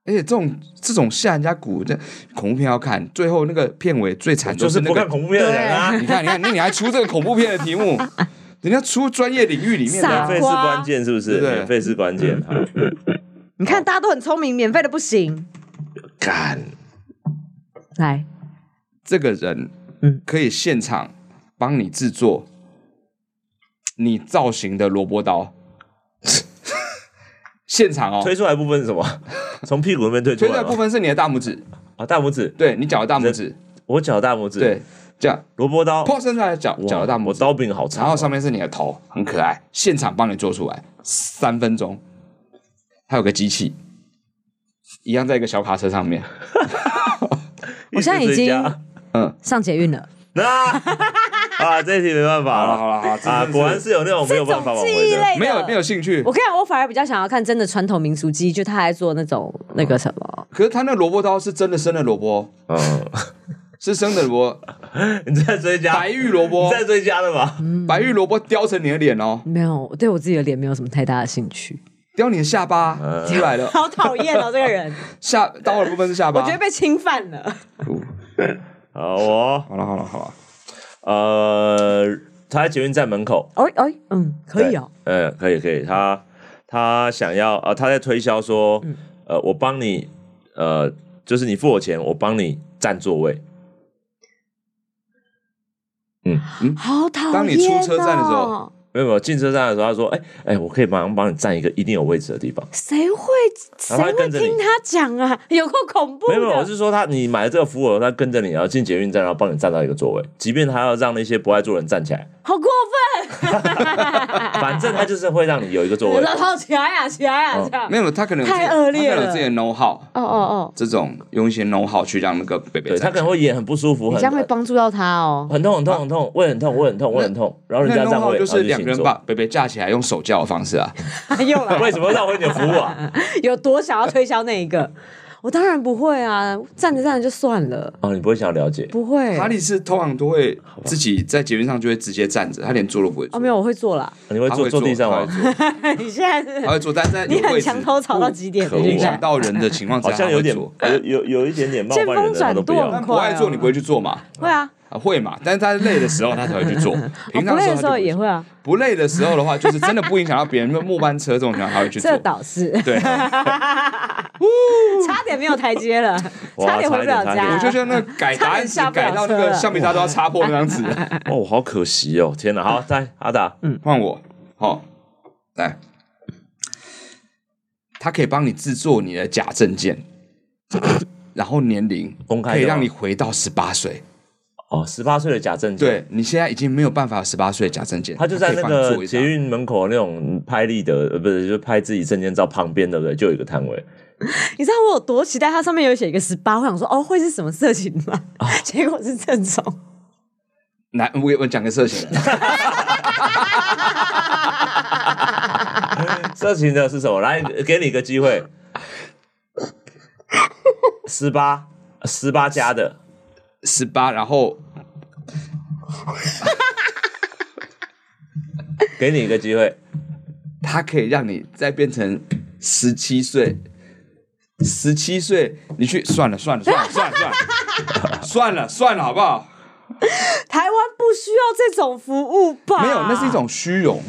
而且这种这种吓人家蛊，这恐怖片要看，最后那个片尾最惨就是啊那不看个。恐怖片的人啊，你看，你看，那你还出这个恐怖片的题 [laughs] 目，人家出专业领域里面傻免的，费是关键，是不对是？不对嗯免费是关键。好你哦看，大家都很聪明，免费的不行。干来，这个人，嗯可以现场帮你制作你造型的萝卜刀， [laughs] 现场哦。 [laughs] 推出来的部分是什么？ [laughs] 从屁股那边推出推来的部吗？分是你的大拇指，啊，大拇指，对你脚的大拇指，我脚大拇指，对，这样萝卜刀，破伸出来脚哇脚的大拇我指，刀柄好然长后哦，上面是你的头，很可爱，现场帮你做出来，三分钟，还有个机器，一样在一个小卡车上面，我现在已一直经追加嗯，上捷运了。那啊，这一题没办好法了了好了好了，啊，果然是有那种没有这办种法挽记回忆的。类的，没有没有。兴趣我，跟你讲，我反而比较想要看真的传统民俗记忆，就他还做那种那个什么，可是他那萝卜刀是真的生的萝卜，哦嗯， [laughs] 是生的萝卜，你在 [laughs] 追加，白玉萝 [laughs] 你卜，在追加了吧？嗯白玉萝卜雕成你的脸哦，没有，我对我自己的脸没有什么太大的兴趣。雕你的下 [laughs] 巴呃嗯出来了，好讨厌哦，这个 [laughs] 人，下刀的部分是下我巴觉，得被侵犯了。酷好，我好了好了好了，呃，他在捷运站门口，哦哦，嗯，可以哦。对，嗯，可以可以，他他想要呃，他在推销说，呃，我帮你，呃，就是你付我钱，我帮你占座位。好讨厌、哦！当你出车站的时候，哦没有没有，进车站的时候，他说，哎哎，我可以马上帮你占一个一定有位置的地方。谁会谁然后他会跟着你听他讲啊？有够恐怖没的！有没有，我是说他你买了这个服务，他跟着你，然后进捷运站，然后帮你占到一个座位，即便他要让那些不爱坐的人站起来，好过啊反正他就是会让你有一个座分！位。老头起来呀、啊，起来呀、啊，哦这样没有他可能有自己太恶劣他可能有了自己的 know how，哦哦这种用一些 know how 去让那个北北对他可能会演很不舒服，哦，你很呃这样会帮助到他哦。很痛很痛很痛，胃很痛胃很痛胃很痛，然后人那家 n 让 o 位，就是两个人然后就行走把北北架起来，用手叫的方式啊。 [laughs] [laughs] 又来为了，什么要回你的服务 [laughs] 啊？有多想要推销那一个？我当然不会啊，站着站着就算了，哦，你不会想要了解，不会。哈利是通常都会自己在捷运上就会直接站着，他连坐都不会坐。哦，没有，我会做啦。 [laughs] 你会他坐坐地上吗吗？？你现在是他会坐，但是在 [laughs] 你有很位置墙头草到极点，可恶啊现影响在到人的情况之好下，他像会有点坐有有有一点点冒犯人的见风他都不转舵要很。不爱快啊做你不会去做嘛？会啊，啊会嘛？但是他累的时候他才会去做，我平哦不常累时的候他时就候不也会啊，不累的时候的话，就是真的不影响到别人，因为末班车这种情况他会去做这。倒是。 [laughs] 对，差点没有台 [laughs] 阶了，哇差点回不了差一点差一点家。我就觉得那个改答案纸差点下不了改到那个车了橡皮擦都要擦破那张纸。 [laughs] 哦，好可惜哦，天哪！好，来阿达，换我，好、来，他可以帮你制作你的假证件，然后年龄 [coughs] 公开的啊可以吗让你回到十八岁。哦，十八岁的假证件，对你现在已经没有办法十八岁的假证件，他就在可以那帮你做个一捷张。运门口那种拍立得，呃，不是，就是拍自己证件照旁边，对不对？就有一个摊 [laughs] 位，你知道我有多期待？它上面有写一个十八，我想说哦，会是什么色情吗？哦 [laughs] 结果是这种，来，我我讲个事情， [laughs] 色情的是什么？来，给你一个机会，十八，十八加的，十八，然后给你一个机会，他可以让你再变成十七岁，十七岁，你去算了算了 [laughs] 算了算了算了算了算了，好不好？台湾不需要这种服务吧？没有，那是一种虚荣。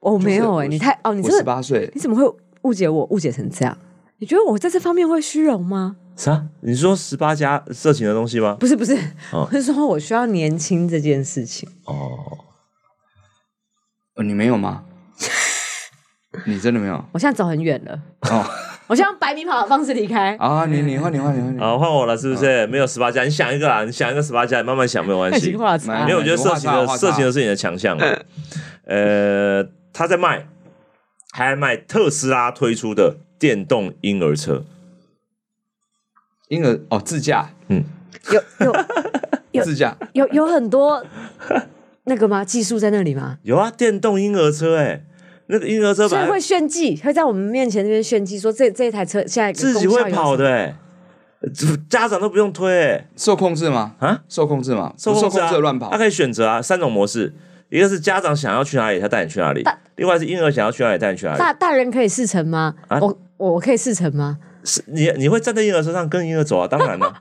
哦，没有哎、我你太哦，你我真十的八岁你怎么会误解我，误解成这样？你觉得我在这方面会虚荣吗？啥？你说十八加色情的东西吗？不是不是，哦我是说我需要年轻这件事情。哦，呃你没有 [laughs] 吗？你真的没有我现在走很远了，哦我现在用百米跑的方式离开。啊！你你换你换你换你，好，换我了，是不是？没有十八加，你想一个啦，你想一个十八加，你慢慢想，没有关爱系情。话题没没有，我觉得色情的画叉画叉色情的是你的强项嘛。嗯呃，他在卖，还在卖特斯拉推出的电动婴儿车，婴儿哦自驾有有有自驾有有很多 [laughs] 那个吗？技术在那里吗？有啊，电动婴儿车、哎，那个婴儿车所以本会来炫技，会在我们面前那边炫技，说这这一台车现在自己会跑的、哎，家长都不用推、哎。受控制吗？啊，受控制吗？受不控受制控啊，制的乱跑他。可以选择啊，三种模式，一个是家长想要去哪里，他带你去哪里；，另外是婴儿想要去哪里，带你去哪大里。大人可以试乘吗？啊我我我可以试乘吗？是你你会站在婴儿车上跟婴儿走啊？当然了啊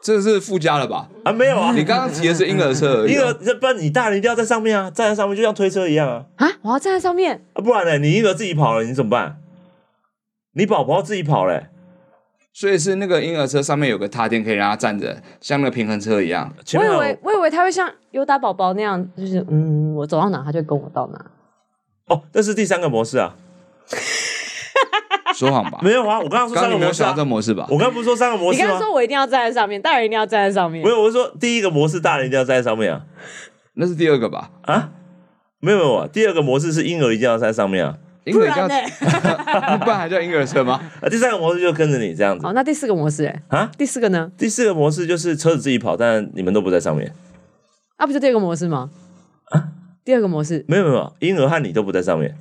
这是附加了吧？没有啊，你刚刚提的是婴儿车而已婴儿 [laughs] 哦，这不然你大人一定要在上面啊，站在上面就像推车一样啊，啊，我要站在上面，啊不然呢，你婴儿自己跑了，你怎么办？你宝宝自己跑嘞、所以是那个婴儿车上面有个踏垫可以让他站着，像那个平衡车一样。前我以面为有我以为他会像优达宝宝那样，就是嗯，我走到哪他就跟我到哪。哦，这是第三个模式啊，说谎吧，没有啊，我刚刚说刚刚三你个没模有式、想啊到这，模式吧？我刚刚不是说三个模你式刚刚吗？说我一定要站在上面，大人一定要站在上面没。有，我是说第一个模式大人一定要站在上面啊，那是第二个吧？啊，没有没有啊，第二个模式是婴儿一定要站在上面啊。婴不儿然叫呢？ [laughs] 不然还叫婴儿车吗？啊，第三个模式就跟着你这样子好，那第四个模式、欸，啊。第四个呢？第四个模式就是车子自己跑，但你们都不在上面。啊，不就第二个模式吗？第二个模式没有没有没有，婴儿和你都不在上面。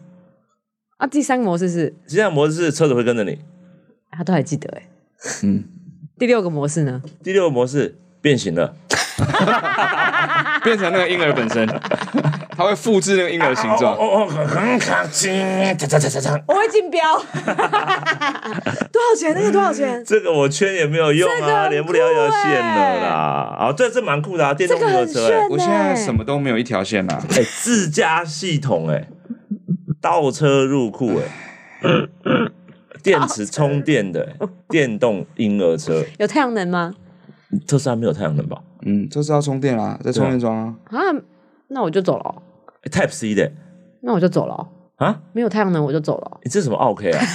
啊，第三个模式是第三个模式是车子会跟着你。他都还记得哎、欸嗯，第六个模式呢？第六个模式变形了，变成那个婴儿本身， [laughs] 他会复制那个婴儿形状。哦哦，很卡金，嚓嚓嚓嚓。我会竞标， [laughs] 多少钱？那个多少钱？ [laughs] 这个我圈也没有用这个很啊，酷欸连不了一条线了啦。啊，这这蛮酷的啊，电动这个摩托很车哎炫，我现在什么都没有一条线啊啦、哎，自家系统哎，倒车入库哎， [laughs] 电池充电的哎电动婴儿车，有太阳能吗？特斯拉没有太阳能吧？嗯，这是要充电啦、在充电桩啊。啊，那我就走了哦，欸 Type C 的欸那我就走了哦，啊？没有太阳能我就走了哦。你这什么 [laughs] OK 啊？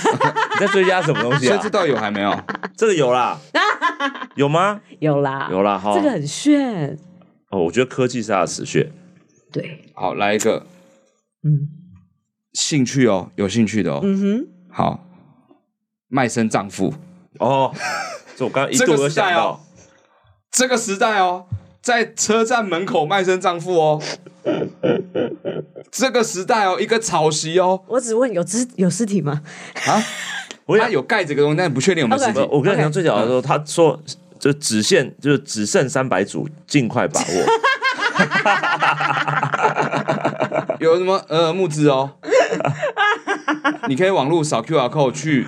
你在追加什么东西所以啊这？到底有还没有？这个有 [laughs] 啦，有吗？有啦，有啦哈。这个很炫，哦，我觉得科技是他的死穴。对，好，来一个嗯兴趣哦，有兴趣的哦。嗯哼。好，卖身丈夫哦，这我刚 [laughs] 刚一度这有个时代想到哦，这个时代哦，在车站门口卖身丈夫 [laughs] 哦。这个时代哦，一个草席哦我只问有肢有尸体吗？啊，我它也有盖这个东西，但不确定有没有 [laughs] 实不体。我跟你讲， OK 最早的时候他说就只限就是只剩三百组，尽快把握。有什么呃募资哦？你可以网络扫 QR code 去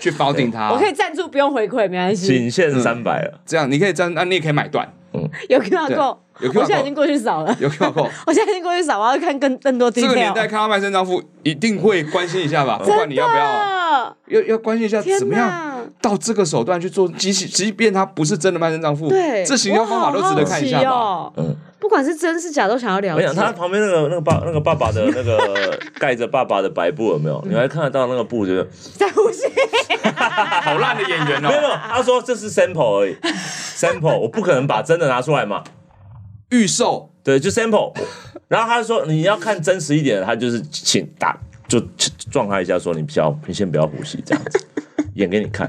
去 f o u n d i n g 它哦、我可以赞助不用回馈，没关系，仅限三百了，这样，你可以这样，那、你也可以买断，有 QR 对 code，有 QR 我现在已经过去扫了，有 QR [laughs] code。我现在已经过去扫，我要看更更多 detail。这个年代看到卖身丈夫，一定会关心一下吧，不管你要不要，啊，要要关心一下怎天么样哪！到这个手段去做，即使即便他不是真的卖身丈夫，对，这行销方法都值得看一下我吧。好好奇哦嗯，不管是真是假，都想要了我想解。他旁边那个那个爸那个爸爸的那个 [laughs] 盖着爸爸的白布有没有？你还看得到那个布就是在呼吸，好烂的演员哦没有？没有，他说这是 sample 而已，sample 我不可能把真的拿出来嘛。预售对，就 sample。然后他说你要看真实一点，他就是请打就撞他一下，说你不要，你先不要呼吸这样子，演给你看。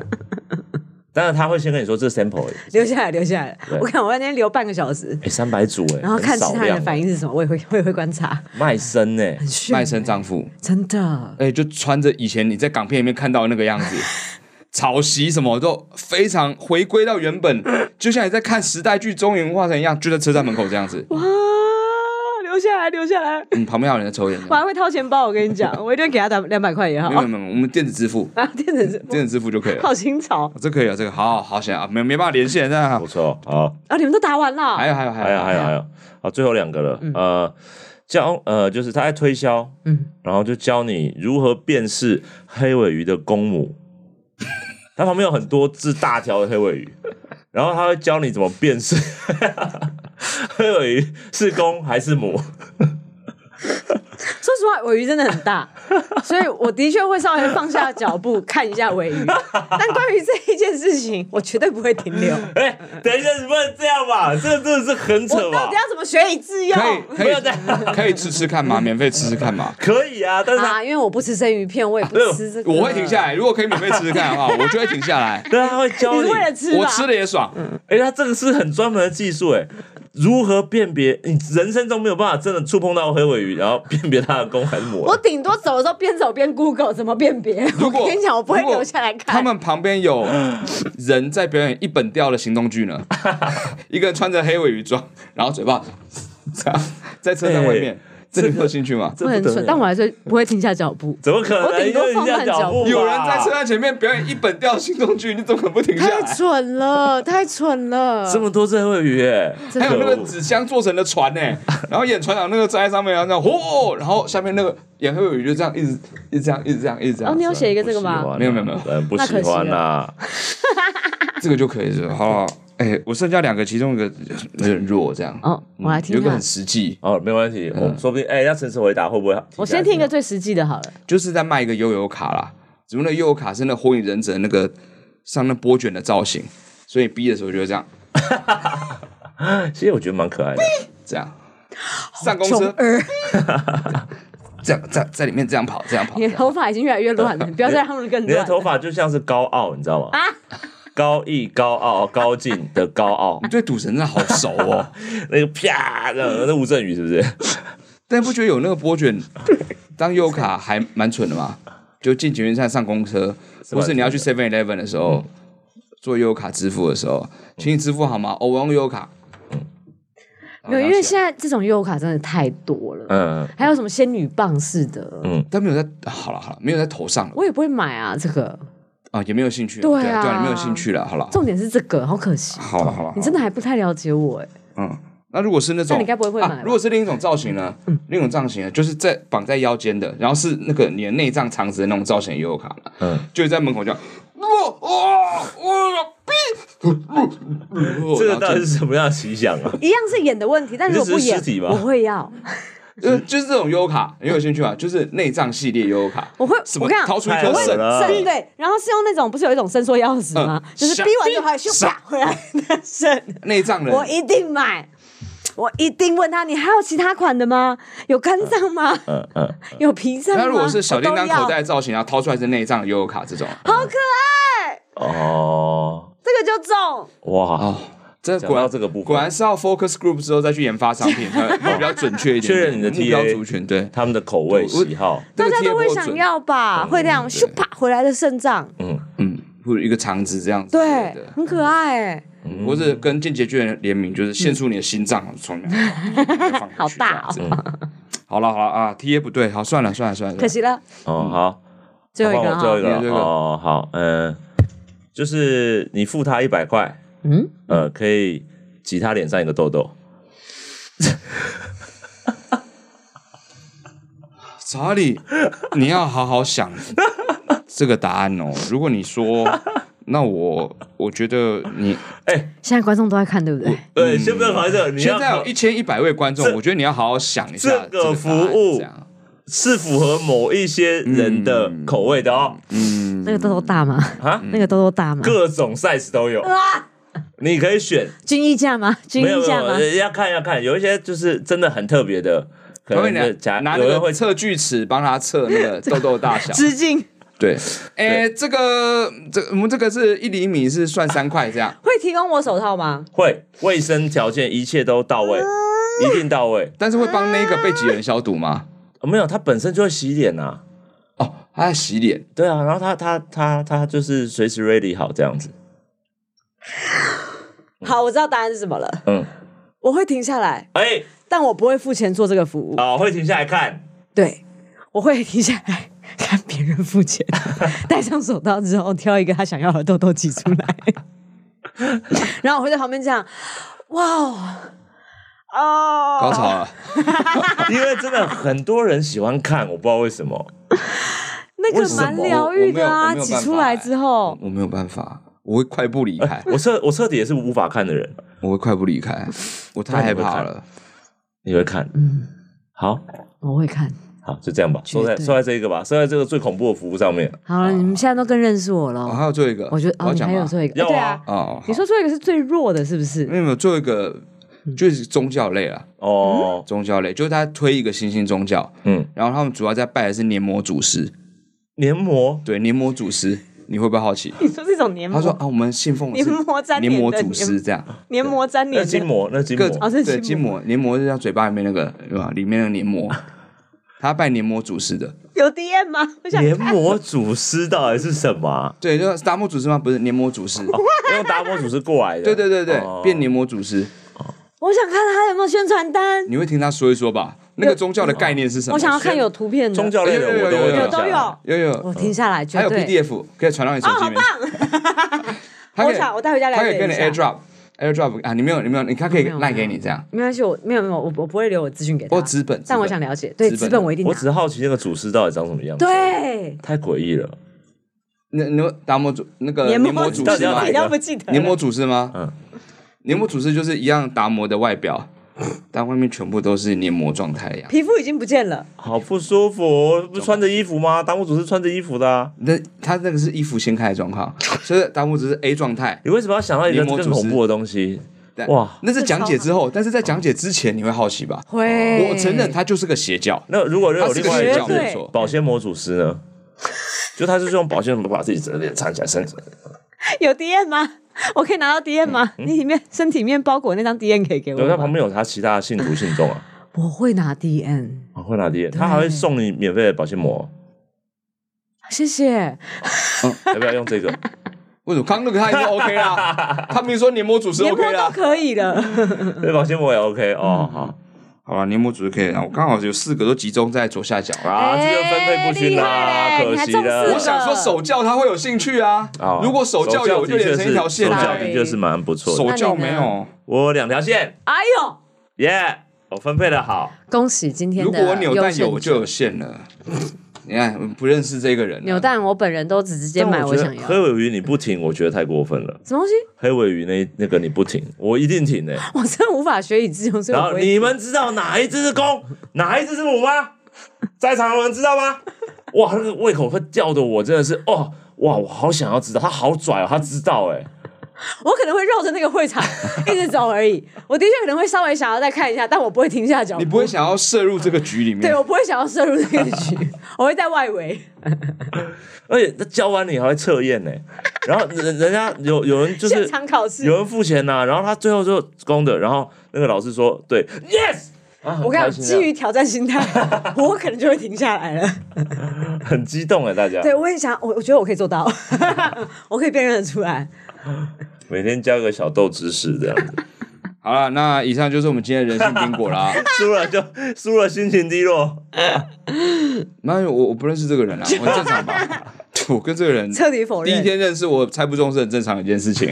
当然他会先跟你说这是 sample，留下来，留下来对。我看我在那天留半个小时，哎，三百组哎，然后看很其少他人量的反应是什么，我也会我也会观察。卖身欸呢，很炫卖身丈夫， [laughs] 真的，哎，就穿着以前你在港片里面看到的那个样子， [laughs] 草席什么都非常回归到原本，就像你在看时代剧《中原文化城》一样，就在车站门口这样子。哇，留下来，留下来。嗯，旁边还有人在抽烟。我还会掏钱包，我跟 [laughs] 你讲，我一定给他两两百块也好没有没有，没有我们电子支付，啊！电子支付电子支付就可以了。好新潮这可以啊，这个好好想啊，没没办法连线，那不错，好，啊！你们都答完了，还有还有还还有还有还有，好，最后两个了，呃，教呃就是他在推销，嗯，然后就教你如何辨识黑尾鱼的公母，它旁边有很多只大条的黑尾鱼，然后他会教你怎么辨识 [laughs] 黑尾鱼是公还是母，说实话，尾鱼真的 [laughs] 很大，所以我的确会稍微放下脚步看一下尾鱼。但关于这一件事情，我绝对不会停留。哎、等一下，你不能这样吧？这个真的是很我扯到吧底？要怎么学以致用？可以不要这可样，以可以吃吃看嘛，免费吃吃看 [laughs] 嘛。可以啊，但是他、啊，因为我不吃生鱼片，我也不吃这个。我会停下来，如果可以免费吃吃看的话，我就会停下来。对啊，他会教你是你，为了吃吧？我吃的也爽，哎、他这个是很专门的技术，哎，如何辨别？你人生中没有办法真的触碰到黑尾鱼，然后辨别它的公还是母。我顶多走的时候边走边 Google 怎么辨别。如果 [laughs] 我跟你讲，我不会如果留下来看。他们旁边有人在表演一本调的行动剧 [laughs] 呢，一个人穿着黑尾鱼装，然后嘴巴 [laughs] 这样在车站外面，这你有兴趣吗？这我不很得蠢，但了，我还是不会停下脚步。怎么可能？我顶多因放为人家慢脚脚步啊步吧，有人在车站前面表演一本调行动剧，你怎么可能不停下太来？蠢了，太蠢了！这么多只黑尾鱼，哎，还有那可个恶纸箱做成的船呢、然后演船长那个站在上面，然后这样嚯，然后下面那个演黑尾鱼就这样一直一直这样一直这样一直这样，哦，你有写一个这个吗？啊没有没有没有人哎不那喜可惜欢啊啦。这个就可以是吧好了。哎、我剩下两个，其中一个有点弱，这样。嗯哦，我来听有一个看很。实际，哦，没关系，我说不定哎，要诚实回答会不会？我先听一个，最实际的好了。就是在卖一个悠游卡啦，只不过那个悠游卡是那火影忍者那个上那波卷的造型，所以逼的时候就是这样其实我觉得蛮可爱的。这样。上公车二，这样在在里面这样跑这样跑，你的头发已经越来越 [laughs] 乱了，你不要再让他们更你的乱。头发就像是高傲，你知道吗？啊，高逸、高傲、高进的高傲你，对赌神真的好熟 [laughs] 哦，那个啪，那那吴镇宇是不是？但不觉得有那个波卷当悠游卡还蛮蠢的吗？就进捷运站上公车，吧或是你要去 Seven Eleven 的时候做悠游卡支付的时候，请你支付好吗？哦，我用悠游卡。没有，因为现在这种优卡真的太多了，嗯，还有什么仙女棒似的，但没有在好了好了，没有在头上了我也不会买啊。这个啊，也没有兴趣了。对啊对对，没有兴趣了。好了，重点是这个，好可惜，好了好了，你真的还不太了解我哎。嗯，那如果是那种，那你该不会会买吧嗯啊？如果是另一种造型呢？另一种造型呢，就是在绑在腰间的，然后是那个你的内脏肠子的那种造型的悠游卡嘛，嗯嗯，就在门口叫，哦哦哦，哔，这个到底是是什么样的奇想 [laughs] 啊？一样是演的问题，但你如是果不指演尸体，吧我会要，呃，就是这种悠游卡，你有兴趣吗？就是内脏系列悠游卡，我会，什我么跟你掏讲。出一我颗会肾，啊对对，然后是用那种不是有一种伸缩钥匙吗？嗯就是逼完之后还咻傻啪回来的肾，内脏人，我一定买，我一定问他，你还有其他款的吗？有肝脏吗？嗯嗯，有脾脏吗？那如果是小叮当啊我都要啊口袋，的造型，然后掏出来是内脏的悠游卡这种，好可爱，哦，这个就中。哇哦，，这讲果到然这个部分果然是要 focus group 之后再去研发商 [laughs] 品，才会比较准确一点，确认你的目标 TA 族群，对，他们的口味喜好，大家这个都贴会波想准，要吧，会那样咻啪回来的肾脏，嗯，或者一个肠子这样子之类的，，对嗯很可爱欸，或者跟间接卷联名，就是献出你的心脏，从里面放进去好大哦这样子嗯好了好了啊，T A 不对，好算了算了算了，可惜了，哦，好，最后一个啊换我最后一哈，个你的最了后一个哦，好，嗯，就是你付他一百块，嗯，呃，可以挤他脸上一个痘痘，查理，你要好好想这个答案哦。如果你说，那我我觉得你现在观众都在看，对不对？对，哎先不要考虑这个，你现要在有考一千一百位观众这，我觉得你要好好想一下这个答案服务这样是符合某一些人的口味的哦，那个痘痘大吗？嗯啊那个痘痘大吗？各种 size 都有，啊，你可以选，均一价吗？均没有一没价吗？呃有，要看要看，有一些就是真的很特别的，可他会能拿就夹拿有那个人会测锯尺帮他测那 [laughs] 个痘痘大小，直径对，哎，这个这个我们这个是一厘米是算三块这样， [laughs] 会提供我手套吗？会卫生条件一切都到嗯位，一定到位。但是会帮那个被挤的人消毒吗？哦没有，他本身就会洗脸呐、啊。哦，他在洗脸，对啊，然后他他他他就是随时 ready 好这样子。好，我知道答案是什么了。嗯，我会停下来，哎、但我不会付钱做这个服务。啊哦，会停下 [laughs] 来看。对，我会停下来看别人 [laughs] 付钱，戴上手套之后挑一个他想要的痘痘挤出 [laughs] 来，然后我会在旁边这样，哇哦，哦，高潮了，因为真的很多人喜欢看，我不知道为什么。那为个什蛮么疗我愈我没有的啊，我没有挤办出法来欸之后，我没有办法，我会快步离开，哎我彻我彻底也是无法看的人，我会快步离开，我太害怕了。你会看？嗯，好我会看。好，就这样吧，绝收在对收在这一个吧，收在这个最恐怖的服务上面。好了，你们现在都更认识我哦，了。还有最后一个，我觉得我哦，要你讲还有吗最后一个，要对啊啊，哦，你说最后一个是最弱的，是不是？没有没有，最后一个嗯就是宗教类了，哦，宗教类就是他推一个新兴宗教，嗯，然后他们主要在拜的是黏膜祖师，黏膜对，黏膜祖师，你会不会好奇？ [laughs] 你说这种黏他说啊，我们信奉的是黏膜粘黏膜连的祖师这样，黏膜粘那呃筋膜那筋各膜哦种这是对筋筋膜膜黏膜就像嘴巴里面那个对吧？里面那个黏膜，他拜黏膜祖师的，有 DM 吗？我黏膜祖师到底是什么啊？对，就是达摩祖师吗？不是黏膜祖师，用达摩祖师过来 [laughs] 的。对对对对哦，变黏膜祖师，我想看他有没有宣传单，你会听他说一说吧？那个宗教的概念是什么？我想要看有图片的。宗教类的有有我都有会有留都下来有，有有，我停下来，绝嗯还有对。 PDF 可以传到你手哦，机好里面。棒！ [laughs] 他可以我想我带回家了他可以解跟一你下 AirDrop AirDrop 啊，你没有你没有，你他可以没有赖没给有你这样，没关系，我没有没有，我我不会留我资讯给他。或纸本。但我纸想本了解，对资资本本我一定拿我只是好奇那个祖师到底长什么样子，对太诡异了。那那达摩主那个黏呃黏膜膜祖祖到底师要吗哪你一？个都不记得了黏膜祖师吗？嗯嗯，黏膜祖师就是一样达摩的外表，但外面全部都是黏膜状态呀。皮肤已经不见了，好不舒服，哦不是穿着衣服吗？达摩祖师穿着衣服的、啊，那他那个是衣服掀开的状况，所以达摩祖师 A 状态。你为什么要想到一个黏膜更祖师恐怖的东西？但哇那是讲解之后，但是在讲解之前你会好奇吧？会。哦我承认它就是个邪教，那如果它有是另个外邪一教，种对没错。保鲜膜祖师呢？就他就是用保鲜膜把自己整个脸藏起来，身子有 DM 吗？ [laughs] 我可以拿到 DM 吗？嗯你里面身体里面包裹那张 DM 可以给我对，他吗旁？边有他其他的信徒信众啊，我会拿 DM，啊会拿碟，他还会送你免费的保鲜膜，谢谢。要不要用这个？为什么刚刚那个他已 [laughs] 经 OK 啦？他明说黏膜祖师连播 OK 都啦，嗯可以了。对，保鲜膜也 OK 哦，好好吧，黏膜组就可以了。啊我刚好有四个都集中在左下角啦。啊，这就分配不均啦，哎厉害嘞可惜你还重视了我。想说手教他会有兴趣啊哦，如果手教有就连成一条线啊手啦教。的确是蛮不错的。手教那没你呢有，我有两条线，哎呦，耶、我分配的好。恭喜今天如的果我扭蛋有我优胜者就有线了。你看，我不认识这个人啊了。扭蛋，我本人都只直接但买我觉想得要黑尾鱼你不停，我觉得太过分了。什么东西，黑尾鱼那那个你不停，我一定停的、我真的无法学以致用，所以然我不后会你们知道哪一只是公，哪一只是母吗？ [laughs] 在场的人知道吗？哇，那个胃口会吊的我真的是哦，哇，我好想要知道，他好拽哦，他知道哎、我可能会绕着那个 [laughs] 会场一直走而已。我的确可能会稍微想要再看一下，但我不会停下脚你步。不会想要摄入这个局里面对，？我不会想要摄入这个 [laughs] 局，我会在外围。而且他教完你还会测验呢、然后人人家有有人就是现场考试有人付钱呐、然后他最后就公的，然后那个老师说对，yes，啊，很我跟你开讲，心基啊于挑 [laughs] 战心态，我可能就会停下来了。很激动哎、大家对，我也想，我我觉得我可以 [laughs] 做到，我可以辨认得出来。每天教个小豆知识这样子。好了，那以上就是我们今天的人性冰果啦。输了就输了，心情低落。那我我不认识这个人啊，我很正常吧？ [laughs] 我跟这个 [laughs] 人彻底否第认。一天认识，我猜不中是很正常的一件事情。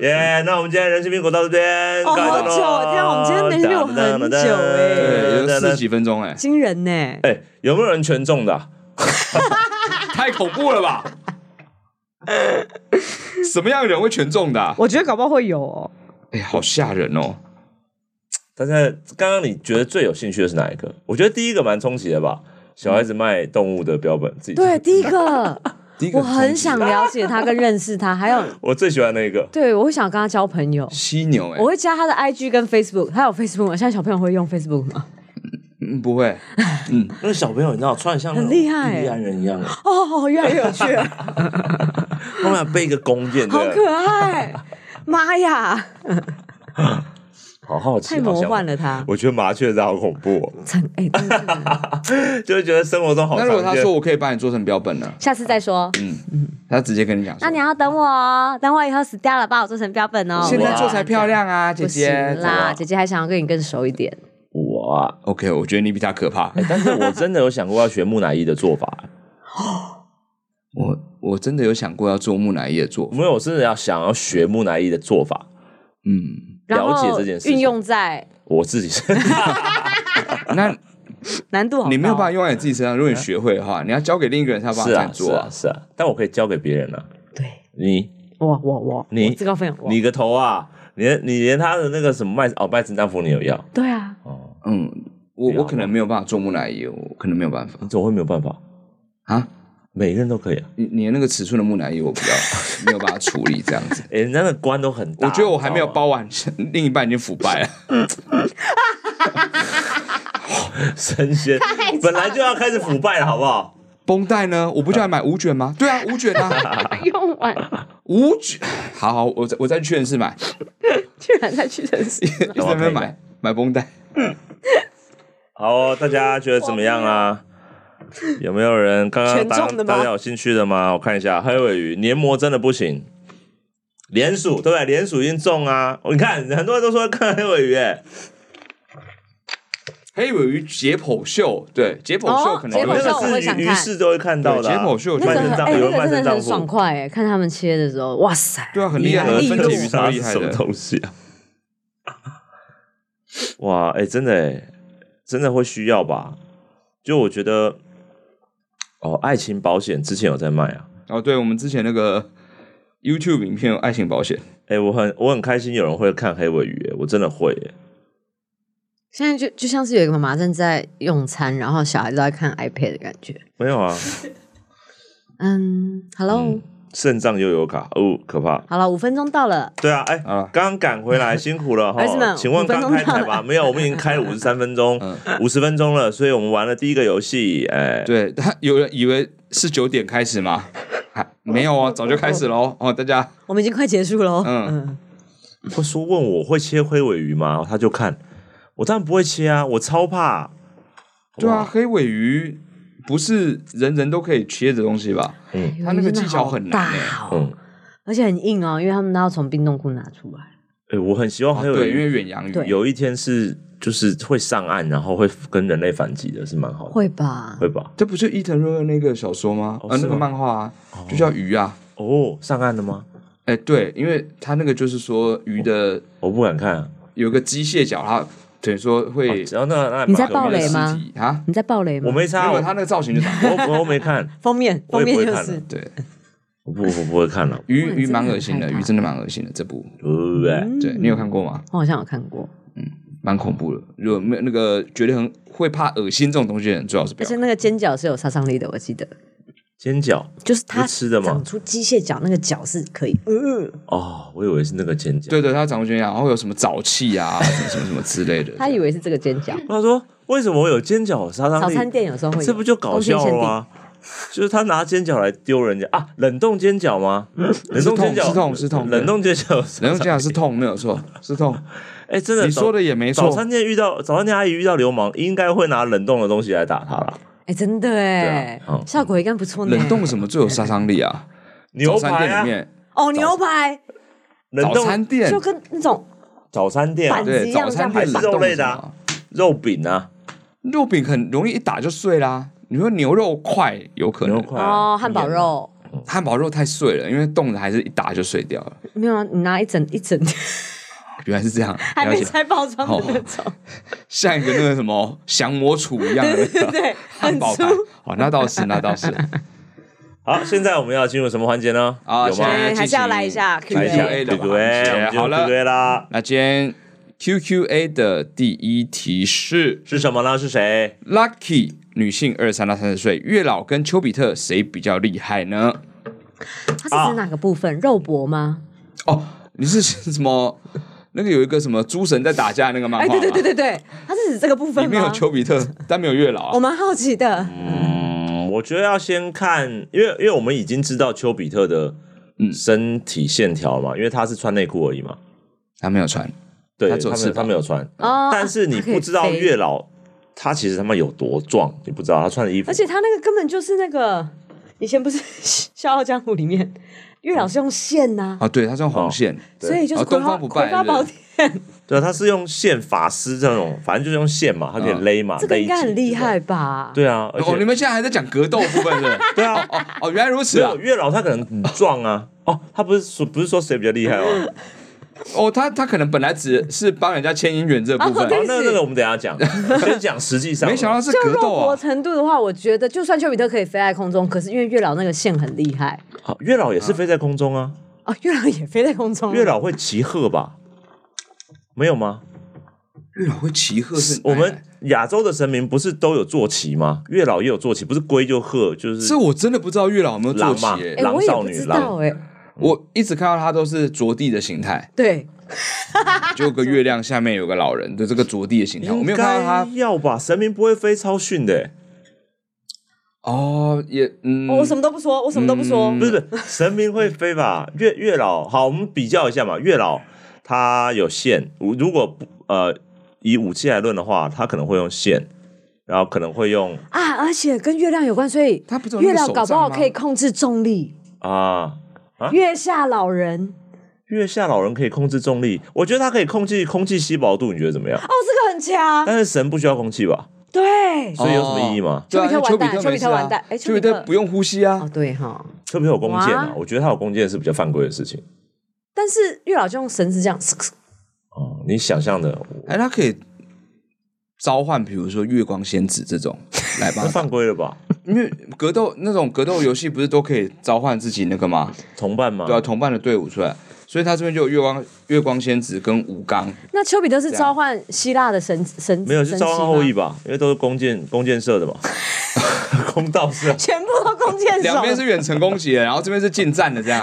耶、那我们今天人气苹果到这边，哦好久哦天啊我们今天人气苹果很久欸对，有四十集。几分钟哎，惊人呢、哎、有没有人全中的啊、太恐怖了吧？什么样的人会全中的啊、我觉得搞不好会有哦。哎、好吓人哦！但是刚刚你觉得最有兴趣的是哪一个？我觉得第一个蛮冲击的吧，小孩子卖动物的标本，自己对，，第一个第一个我很想冲击了解他跟认识他，还 [laughs] 有我最喜欢那个。对我会想跟他交朋友。犀牛哎、我会加他的 IG 跟 Facebook，他有 Facebook 吗？现在小朋友会用 Facebook 吗？嗯，不会，那个小朋友你知道，穿的像那种很厉害印第安人一样，后哦，越来越有趣了，面还背一个弓 [laughs] 箭，好对不可对 [laughs] 爱！妈呀，好好奇，太魔幻了。了他！我觉得麻雀真的好恐怖、真哎，真的是哦，就会觉得生活中好那常如见。果他说我可以把你做成标本呢？下次再说。嗯他直接跟你讲说那你，要等我哦，等我以后死掉了，把我做成标本哦。现在哇做才漂亮啊，姐不行姐。啦，姐姐还想要跟你更熟一点。我啊。 OK，我觉得你比他可怕。哎但是我真的有想过要学木乃伊的 [laughs] 做法，我我真的有想过要做木乃伊的做法，因为我真的要想要学木乃伊的做法，嗯，然了解后这件事情运用在我自己 [laughs] 是嗯那难度好高，你没有办法用在你自己身上。如果你学会的话，你要交给另一个人，他帮是他啊是做啊。是啊，但我可以交给别人啊。对，你我我我你我自告奋勇，我你个头啊！你连你连他的那个什么麦哦麦子丹服你有要对啊，哦？嗯，我不要我可能没有办法做木乃伊，我可能没有办法你怎么会没有办法？啊。每个人都可以啊！你你的那个尺寸的木乃伊，我比较 [laughs] 没有办法处理这样子。哎、人家的官都很 [laughs] 我大，觉得我还没有你知道吗包完，另一半已经腐败了。[laughs] 神仙，本来就要开始腐败了，好不好？ [laughs] 绷带呢？我不就要买五 [laughs] 卷吗？对啊，五卷啊， [laughs] 用完五卷。好好，我再我再去屈臣氏买，居然再去认识 [laughs] 一直 [laughs] 在那边买买绷带。好、哦，大家觉得怎么样啊？有没有人刚刚全大中的吗大家有兴趣的吗？我看一下，黑尾鱼黏膜真的不行，连鼠对不对？连鼠已经中啊！你看很多人都说看黑尾鱼、哎黑尾鱼解剖秀，对解剖秀哦可能解那剖秀我个会是想鱼看市都会看到的、啊，对解剖秀那卖个很身哎、丈有那人卖个真身的丈很爽夫，快哎，看他们切的时候，哇塞，对啊，很厉害很的，厉害分解鱼它超是厉害什么的。东西啊？ [laughs] 哇，哎、真的、哎，真的会需要吧？就我觉得，哦，爱情保险之前有在卖啊。哦，对，我们之前那个 YouTube 影片有爱情保险，哎、我很我很开心有人会看黑尾鱼、哎我真的会、哎现在就就像是有一个妈妈正在用餐，然后小孩都在看 iPad 的感觉。没有啊，嗯，Hello，、嗯 [laughs] 肾脏又有卡，哦，可怕。好了，五分钟到了，对啊，哎、好了刚赶回来，辛苦了哈儿子们。请问五分刚钟开台到吧？没有，我们已经开了五十三分钟，五十分钟了，所以我们玩了第一个游戏，哎、对他有人以为是九点开始吗？还没有啊，早就开始喽。哦，大家我们已经快结束了哦。嗯嗯，会说问我会切黑尾鱼吗？他就看，我当然不会切啊，我超怕。对啊，哇，黑尾鱼不是人人都可以切的东西吧？嗯哎他那个技巧很难真的好大哦嗯，而且很硬哦，因为他们都要从冰冻库拿出来。哎、我很希望哦，黑尾对，因为鱼远洋鱼对有一天是就是会上岸，然后会跟人类反击的，是蛮好的，会吧？会吧？这不是伊藤润二那个小说吗？哦啊，是那个吗漫画啊，就叫鱼啊。哦，上岸了吗？哎，对，因为他那个就是说鱼的我不敢看、啊，有个机械脚，它等于说哦会只要那那你在马暴有雷那个吗尸体啊，你在暴雷吗？我没没差，有我它那个造 [laughs] 型就长。我我我没看，封面，我封也面不会就看是了对，我不我不会看了，鱼哇你鱼真的蛮很恶心的，害怕嗯鱼真的蛮恶心的。这部对不对？对你有看过吗？我好像有看过，蛮恐怖的。如果没有那个觉得很会怕恶心这种东西的人，最好是不而要且。那个尖角是有杀伤力的，我记得，煎饺就是它是吃的吗长出机械脚，那个脚是可以，嗯，哦，我以为是那个煎饺。对对，他长这样，然后有什么沼气啊，什么什么什么之类的。他以为是这个尖角。他说：“为什么我有煎饺杀伤早力？餐店有时候会有，哎这不就搞笑啊冬天了限定？吗？就是他拿煎饺来丢人家啊，冷冻煎饺吗？冷冻煎饺嗯是痛是痛冷冻煎饺，人用这样是痛，没有错，是痛。哎，真的你说的也也没早错。餐店遇到早餐店阿姨遇到流氓，应该会拿冷冻的东西来打他了。哎，真的哎对啊，嗯效果应该不错呢。冷冻什么最有杀伤力啊？牛早餐排店啊里，面，哦，牛排冷早餐冻店就跟那种早餐店啊板子对一样早餐这店样冷还是肉冻类什的么啊肉饼啊，肉饼很容易一打就碎啦。你说牛肉块有可牛能，块啊，哦汉堡肉，汉堡肉太碎了，因为冻的还是一打就碎掉 [laughs] 了。没有啊，你拿一整一整原来是这样，还了没解。拆包装的那种， [laughs] 像一个那个什么降魔杵一样的那个对，汉 [laughs] 很堡粗排。。哦，那倒是，那倒 [laughs] 是。好，现在我们要进入什么环节呢？啊有现吗？在哎，还是要来一下进行来一 Q&A Q&A。下的环 Q&A，节我们进入好了 Q&A 啦，那今天 QQA 的第一题是是什么呢？是谁？ Lucky 女性二三到三十岁，月老跟丘比特谁比较厉害呢？它是指哪个部分？肉搏吗？哦，你是什么？那个有一个什么诸神在打架那个漫哎，啊画吗？对对对对对，它是指这个部里分面有吗？丘比特，但没有月老我啊。蛮好奇的。嗯，我觉得要先看，因为因为我们已经知道丘比特的嗯身体线条嘛，因为他是穿内裤而已嘛，他没有穿，对，他他只有没翅有膀他没有穿，哦但是你它可以不知道飞月老他其实他妈有多壮，你不知道他穿的衣服， [laughs] 而且他那个根本就是那个以前不是《笑傲江湖》里面月老是用线呐、啊，对，它是用红哦线，所以就是哦葵东花方不败葵花宝典，对啊，他是用线法师这种，反正就是用线嘛，他可以嗯勒嘛，这个勒应该紧很厉之后害。吧？对啊，而哦，你且们现在还在讲格斗部分 [laughs] 是？对啊，哦哦，原来如只此啊有！月老他可能很壮啊，哦，他不是说不是说谁比较厉害嗯哦，哦，他他可能本来只是帮人家牵姻缘这部分哦，对好，那是那个我们等一 [laughs] 下讲，先讲实际上的。没想到是就格肉斗搏啊！程度的话，我觉得就算丘比特可以飞在空中，可是因为月老那个线很厉 [laughs] 害好月老也是飞在空中啊，哦，月老也飞在空嗯中。月老会骑鹤吧？没有吗？月老会骑鹤是哎我们亚洲的神明不是都有坐骑吗？月老也有坐骑，不是龟就鹤，就是这我真的不知道月老有没有坐骑狼嘛欸哎、我狼也少不女知狼道哎、我一直看到他都是着地的形 [laughs] 态，对，就有个月亮下面有个老人的这个着地的形态，我没有看到他应该要吧？神明不会飞超逊的、欸哦，也嗯，我什么都不说，我什么都不说。不是不是，神明会飞吧？月月老，好，我们比较一下嘛。月老他有线，如如果不呃以武器来论的话，他可能会用线，然后可能会用啊，而且跟月亮有关，所以他不是有那月个亮手搞不杖好吗可以控制重力。啊。啊月下老人月下老人可以控制重力，我觉得他可以控制空气稀薄度，你觉得怎么样？哦，这个很强，但是神不需要空气吧？对，所以有什么意义吗？对啊丘比特丘比特没事完蛋丘比特啊完蛋哎丘丘比比特特不用呼吸啊哦，对哈。特别有弓箭啊哇，我觉得他有弓箭是比较犯规的事情。但是月老就用绳子这样，嘶嘶哦，你想象的哎，他可以召唤，比如说月光仙子这 [laughs] 种来吧那，犯规了吧？因为格斗那种格斗游戏不是都可以召唤自己那个吗？同伴吗？对啊，同伴的队伍出来，所以他这边就有月光月光仙子跟吴 [laughs] 刚，那丘比特是召唤希腊的神神，没有是神召奇唤吗后羿吧？因为都是弓箭弓箭射的嘛， [laughs] 弓道射全部都弓箭手，两边是远程攻击的，然后这边是近战的这 [laughs] 样。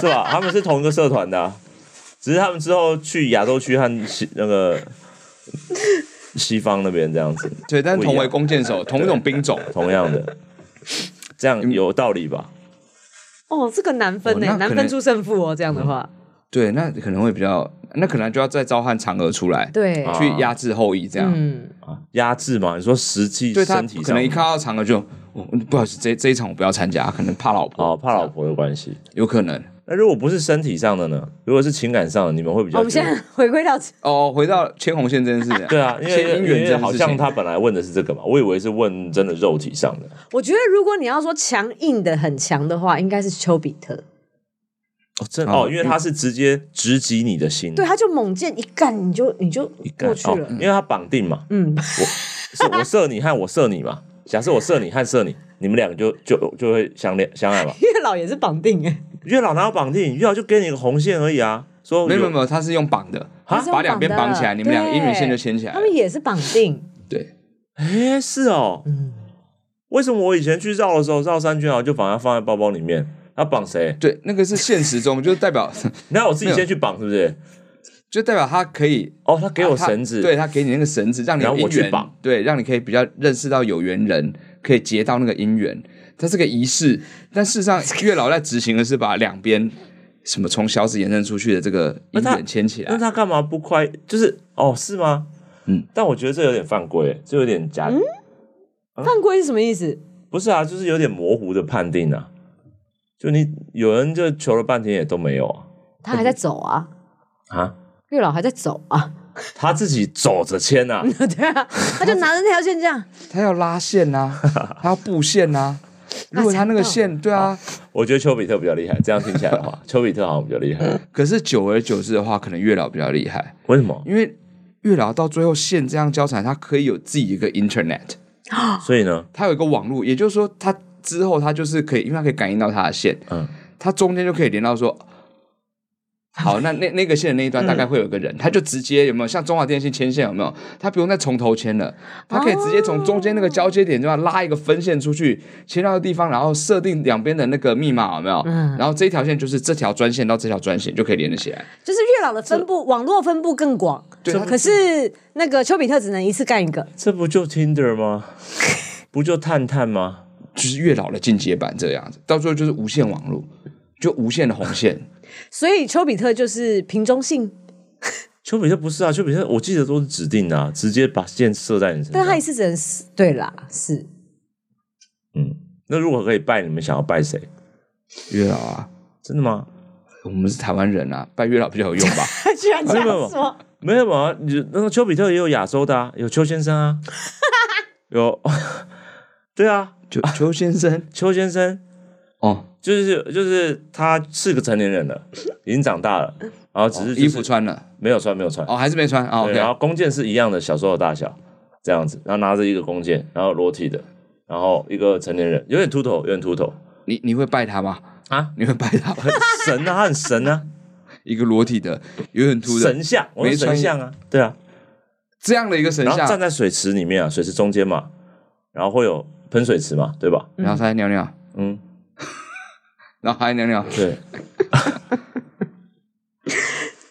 是吧？他们是同一个社团的啊、只是他们之后去亚洲区和西那个西方那边这样子，对，但是不一同为样弓箭 [laughs] 手，同一种兵种。同样的，嗯这样有道理吧？哦，这个难分呢、哦那可能嗯难分出胜负哦。这样的话，对，那可能会比较，那可能就要再召唤嫦娥出来，对，啊去压制后羿这样。嗯，啊，压制嘛？你说实际对他身体可能上一看到嫦娥就，哦不好意思，这这一场我不要参加，可能怕老婆，哦，怕老婆有关系。有可能。那如果不是身体上的呢？如果是情感上的，你们会比好哦较我们觉现得在 [laughs] 回归到哦，回到牵红线这件事情，对啊，因为牵姻因缘这为件好事像情，他本来问的是这个嘛，我以为是问真的肉体上的。我觉得如果你要说强硬的很强的话，应该是丘比特，嗯哦，真哦哦，因为他是直接直击你的心，对，他就猛箭一干，你就你就一杆过去哦了，， [laughs] 因为他绑定嘛，嗯，是我射你和我射你嘛。假设我射你和射你，你们两个就就就会相恋相爱嘛。月老也是绑定哎，月老哪有绑定？月老就给你一个红线而已啊，说没有没有没有，他是用绑的，啊他是用把两边绑的绑起来，你们两个对姻缘线就牵起来他了。们也是绑定，对，哎，是哦，嗯，为什么我以前去绕的时候绕三圈啊，我就把它放在包包里面？他绑谁？对，那个是现实 [laughs] 中，就代表那我自己没有先去绑是不是？就代表他可以哦，他给我他绳子，对他给你那个绳子，让你然后我有姻缘去绑，对，让你可以比较认识到有缘人，可以结到那个姻缘。它是个仪式，但事实 [laughs] 上月老在执行的是把两边什么从小指延伸出去的这个 [laughs] 那姻他缘牵起来那。他干嘛不快？就是哦，是吗？嗯，但我觉得这有点犯规，这有点假，嗯犯规是什么意思？不是啊，就是有点模糊的判定啊。就你有人就求了半天也都没有啊他还在走啊，啊，月老还在走啊，他自己走着牵啊， [laughs] 对啊，他就拿着那条线这样，他要拉线 [laughs] 呐、他要布线呐、如果他那个线，对啊，我觉得丘比特比较厉害。这样听起来的话，丘比特好像比较厉害，可是久而久之的话，可能月老比较厉害，为什么？因为月老到最后线这样交缠，他可以有自己一个 internet，所以呢，他有一个网络，也就是说，他之后他就是可以，因为他可以感应到他的线，嗯，它中间就可以连到说，好，那那那个线的那一端大概会有一个人，他就直接有没有像中华电信牵线有没有？他不用再从头牵了，他可以直接从中间那个交接点这样拉一个分线出去，牵到的地方，然后设定两边的那个密码有没有？嗯然后这一条线就是这条专线到这条专线就可以连得起来。就是月老的分布网络分布更广，对他可是那个丘比特只能一次干一个，这不就 Tinder 吗？不就探探吗？就是月老的进阶版这样子，到最后就是无线网络，就无线的红线。所以丘比特就是瓶中信，丘比特不是啊，丘比特我记得都是指定的、啊，直接把箭射在你身但他一上。次只能死，对啦，是嗯，那如果可以拜，你们想要拜谁？月老啊，真的吗？我们是台湾人啊，拜月老比较有用 [laughs] 吧？居然这样哎没有没有说，没有嘛，你就那个丘比特也有亚洲的啊，有邱先生啊，有， [laughs] 对啊，就邱先生邱先生哦，就是就是他是个成年人了，已经长大了，然后只是、就是哦衣服穿了没有穿没有穿，哦，还是没穿哦对啊 OK，然后弓箭是一样的，小时候的大小这样子，然后拿着一个弓箭，然后裸体的，然后一个成年人，有点秃头，有点秃头你你会拜他吗？啊，你会拜他吗？很神啊，他很神啊，一个裸体的，有点秃的，神像，我是没穿神像啊，对啊，这样的一个神然后像，站在水池里面啊，水池中间嘛，然后会有喷水池嘛，对吧？然后他还尿尿，嗯，然后他还尿尿，对，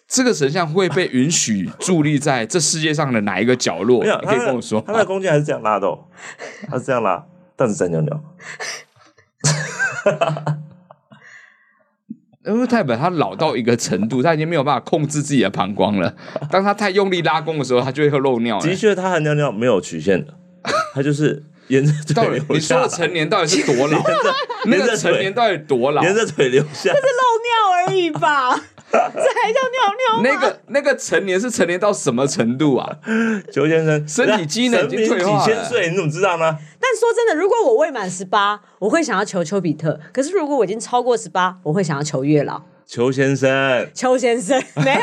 这个神像会被允许伫立在这世界上的哪一个角落？没有，你可以他的 [laughs] 跟我说吗他的弓箭还是这样拉的、哦，他是这样拉，但是真牛牛，因为代表他老到一个程度，他已经没有办法控制自己的膀胱了。当他太用力拉弓的时候，他就会漏尿了的。确，他和尿尿没有曲线的， [laughs] 他就是沿着到腿底流你说下的来，成年到底是多老？那连着个成腿年到底多老？沿着腿流下来，漏尿而已吧， [laughs] 这还叫尿尿吗？那个那个成年是成年到什么程度啊？邱先 [laughs] 生，身体机能已神经明退化了几千岁，你怎么知道呢？但说真的，如果我未满十八，我会想要求丘比特；可是如果我已经超过十八，我会想要求月老、邱先生，邱先生。没 [laughs] 有，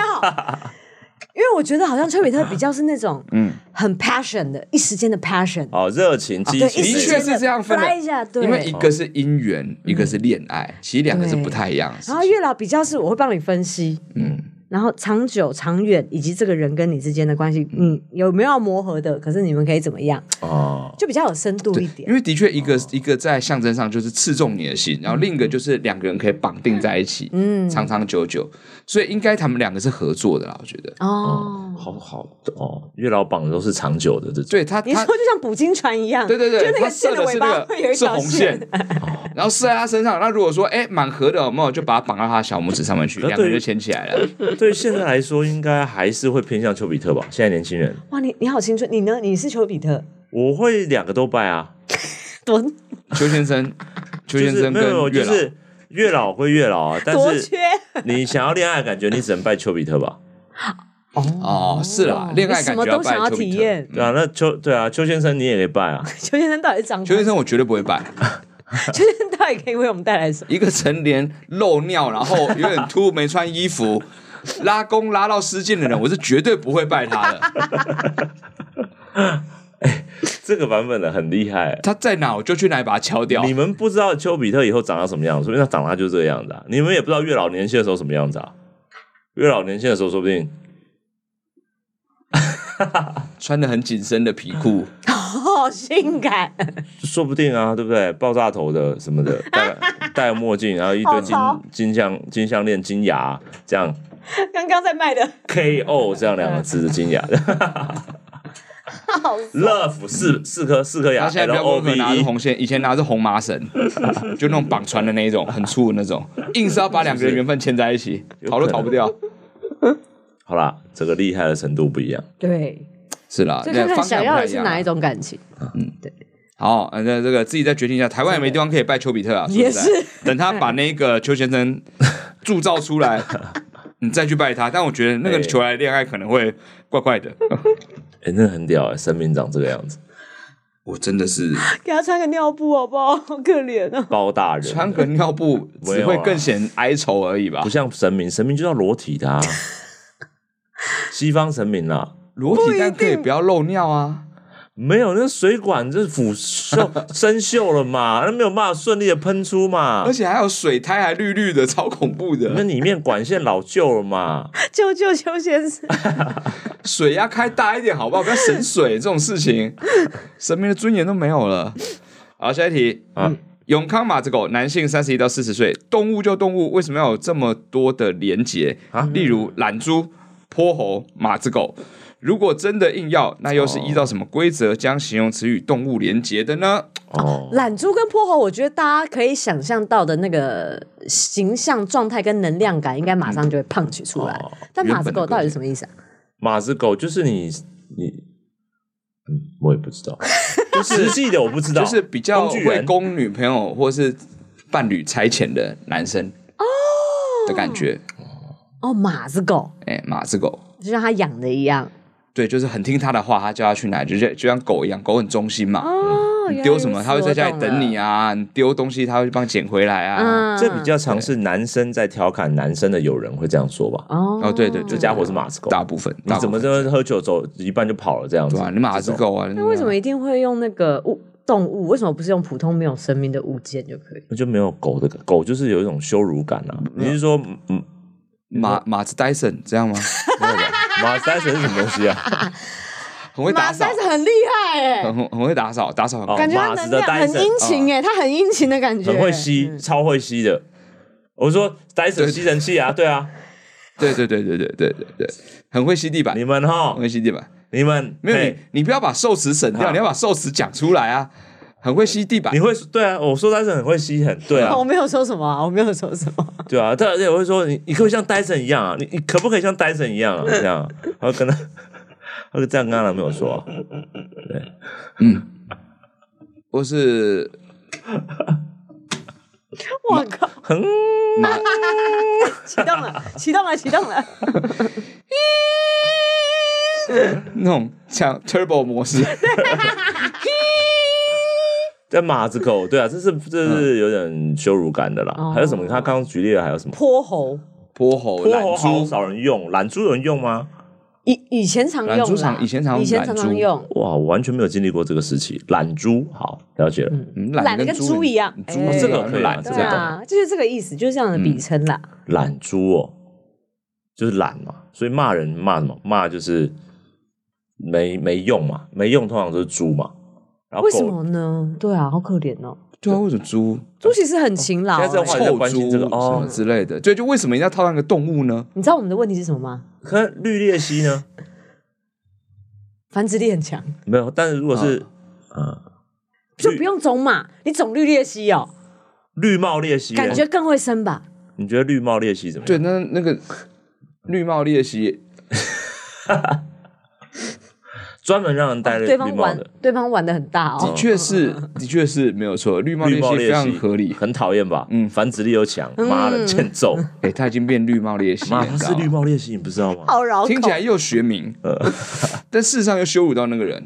因为我觉得好像丘比特比较是那种嗯很 passion 的，一时间的 passion。哦，热情激对，情，一时的确间是这样分的嗯掰一下，对。因为一个是姻缘，一个是恋爱，其实两个是不太一样的事然后情。月老比较是我会帮你分析，嗯，然后长久、长远以及这个人跟你之间的关系，嗯，有没有要磨合的？可是你们可以怎么样？哦，就比较有深度一因点。为的确，一个一个在象征上就是刺中你的心，然后另一个就是两个人可以绑定在一起，嗯，长长久久，所以应该他们两个是合作的啦，我觉得。哦，好好哦，月老榜都是长久的这种，对他，你他说就像捕鲸船一 [laughs] 样，对对就对，那他个射线的的是那尾巴个会有一是条红线， [laughs] 然后射在他身上。那如果说哎满合的有没有，就把它绑到他的小拇指上面去，可是两个人就呃对于牵起来 [laughs] 了。对于现在来说，应该还是会偏向丘比特吧？现在年轻人，哇，你你好青春，你呢？你是丘比特，我会两个都拜啊，多邱先生，邱就先是生没跟有没有，月就老，是月老归月老啊，但多是缺你想要恋爱的感觉，你只能拜丘比特吧？哦，是啦，恋爱你什感么觉都拜想要丘比体特。验。对啊，那邱对啊，邱先生你也可以拜 [laughs] 啊，邱先生到底是长邱邱先生，我绝对不会拜。先生到底可以为我们带 [laughs] 来什么？一个成年漏尿，然后有点秃，没穿衣服，拉弓拉到失禁的人，我是绝对不会拜他的。这个版本的很厉害、他在哪，我就去哪里把他敲掉你。们不知道丘比特以后长到什么样子，说不定他长大就这个样子啊。你们也不知道月老年轻的时候什么样子啊。月老年轻的时候，说不定穿的很紧身的皮裤，好性感，说不定啊，对不对？爆炸头的什么 [laughs] 的，戴戴墨镜，然后一堆金好潮金项金项链、金牙，这样 [laughs] 刚刚在卖的， K O 这样两个字的金牙 [laughs] 好，Love 四四颗四颗牙他现在比，L 较 O 温 V 和，拿的是 E，红线，以前拿的是红麻绳， [laughs] 就那种绑船的那一种，很粗的那种，硬是要把两个人缘分牵在一起，有逃都可能逃不掉。好啦，这个厉害的程度不一样。对，是啦，所以看那看方向想不要太的一是样哪啊一。种感情。好，呃那这个自己再决定一下。台湾也没地方可以拜丘比特啊，说也实在是。等他把那个邱先生铸造出来，你再去拜他。但我觉得那个哎求来的恋爱可能会怪怪的。哎，那很屌哎、神明长这个样子，我真的是给他穿个尿布好 [laughs] 不好？好可怜啊！包大人穿个尿布只会更显哀愁而已吧不？像神明，神明就要裸体 [laughs] 的、啊，西方神明啦、裸体但可以不要漏尿啊。没有，那水管这 [laughs] 腐锈生锈了嘛，那没有办法顺利的喷出嘛而，且还有水苔还绿绿的，超恐怖啊那的。里面管线老旧 [laughs] 了嘛，救救邱先生！水要开大一点，好不好？不要省水这种事 [laughs] 情，神明的尊严都没有了。好，下一题啊永康马子狗，男性三十一到四十岁，动物就动物，为什么要有这么多的连结啊例如懒猪、泼猴、马子狗。如果真的硬要，那又是哦依照什么规则将形容词与动物连结的呢？哦，懒猪跟泼猴，我觉得大家可以想象到的那个形象、状态跟能量感，应该马上就会胖取出来。哦但马子狗原本的到底是什么意思啊？马子狗就是你你，嗯，我也不知 [laughs] 道，实际的我不知道，就是比较工具会人哦供女朋友或是伴侣差遣的男生。的感觉。哦，马子狗哎、马子狗，就像他养的一样对，就是很听他的话，他叫他去哪，就像就像狗一样，狗很忠心嘛。哦，你嗯丢什么，他会在家里等你啊。啊；你丢东西，他会帮你捡回来啊。嗯这比较常是男生在调侃男生的友人会这样说吧？哦哦，对对，这家伙是马子狗，大部分，你怎么这这么喝酒走一半就跑了这样子？嗯对吧？你马子这种，狗啊？那为什么一定会用那个物动物？为什么不是用普通没有生命的物件就可以？那就没有狗的狗就是有一种羞辱感啊！你是说嗯，马马子戴森这 [laughs] 样吗？没有吧马赛神是什么东西啊？很会打马扫赛，是很厉害哎、很很很会打扫，打扫很哦感觉他马能子的量很 Dyson，殷哦勤哎、他很殷勤的感觉、很会吸，超会吸的。我说戴森对吸尘器啊，对啊，对对对对对对对对，很会吸地板你，们哈很，会吸地板。你们嗯没有嘿你，你不要把受词省掉，啊你要把受词讲出来啊！很会吸地板你，会对啊，我说戴森很会吸，很对啊我，没有说什么、啊，我没有说什么。对啊，但而且我会说你，你可不可以像戴森一样啊？你你可不可以像戴森一样啊？这样啊，然后跟他，他就这样跟他男朋友说啊、或是我靠，很马启动了，启动了，启动了，那种像 turbo 模 [laughs] 式，在马子狗，对啊，这是这是有点羞辱感的啦。哦还有什么？他刚刚举例了还有什么？泼猴。泼猴、泼懒猴好猪，少人用，懒猪有人用吗？以以前常用懒猪啦常以前常以前常懒常猪用，哇，我完全没有经历过这个时期。懒猪，好了解了。嗯懒懒得得跟猪一样猪哎这个可以啊懒这对个这样啊，就是这个意思，就是这样的比称啦。懒猪哦，就是懒嘛，所以骂人骂什么？骂就是没没用嘛，没用通常都是猪嘛。然后为什狗么呢？对啊，好可怜哦。对啊，为什么猪、猪其实很勤劳、现在这哎话在臭关猪心这个什么哦，之类的？对，就为什么一定要套那个动物呢？你知道我们的问题是什么吗？可是绿鬣蜥 [laughs] 呢？繁殖力很强，没有，但是如果是啊就不用种马，你种绿鬣蜥哦，绿帽鬣蜥呢，感觉更会生吧？你觉得绿帽鬣蜥怎么样？对，那那个绿帽鬣蜥，专门让人戴绿对绿方帽玩的，对方玩的很大的哦，确是，的确是没有错，绿帽绿帽鬣鬣蜥蜥非常合 [laughs] 理。很讨厌吧？嗯，嗯繁殖力又强，妈 [laughs] 的欠揍！哎，它已经变绿帽鬣蜥妈，了，他你知是道绿吗帽呃鬣蜥，你不知道吗？好绕口。听起来又学名，但事实上又羞辱到那个人，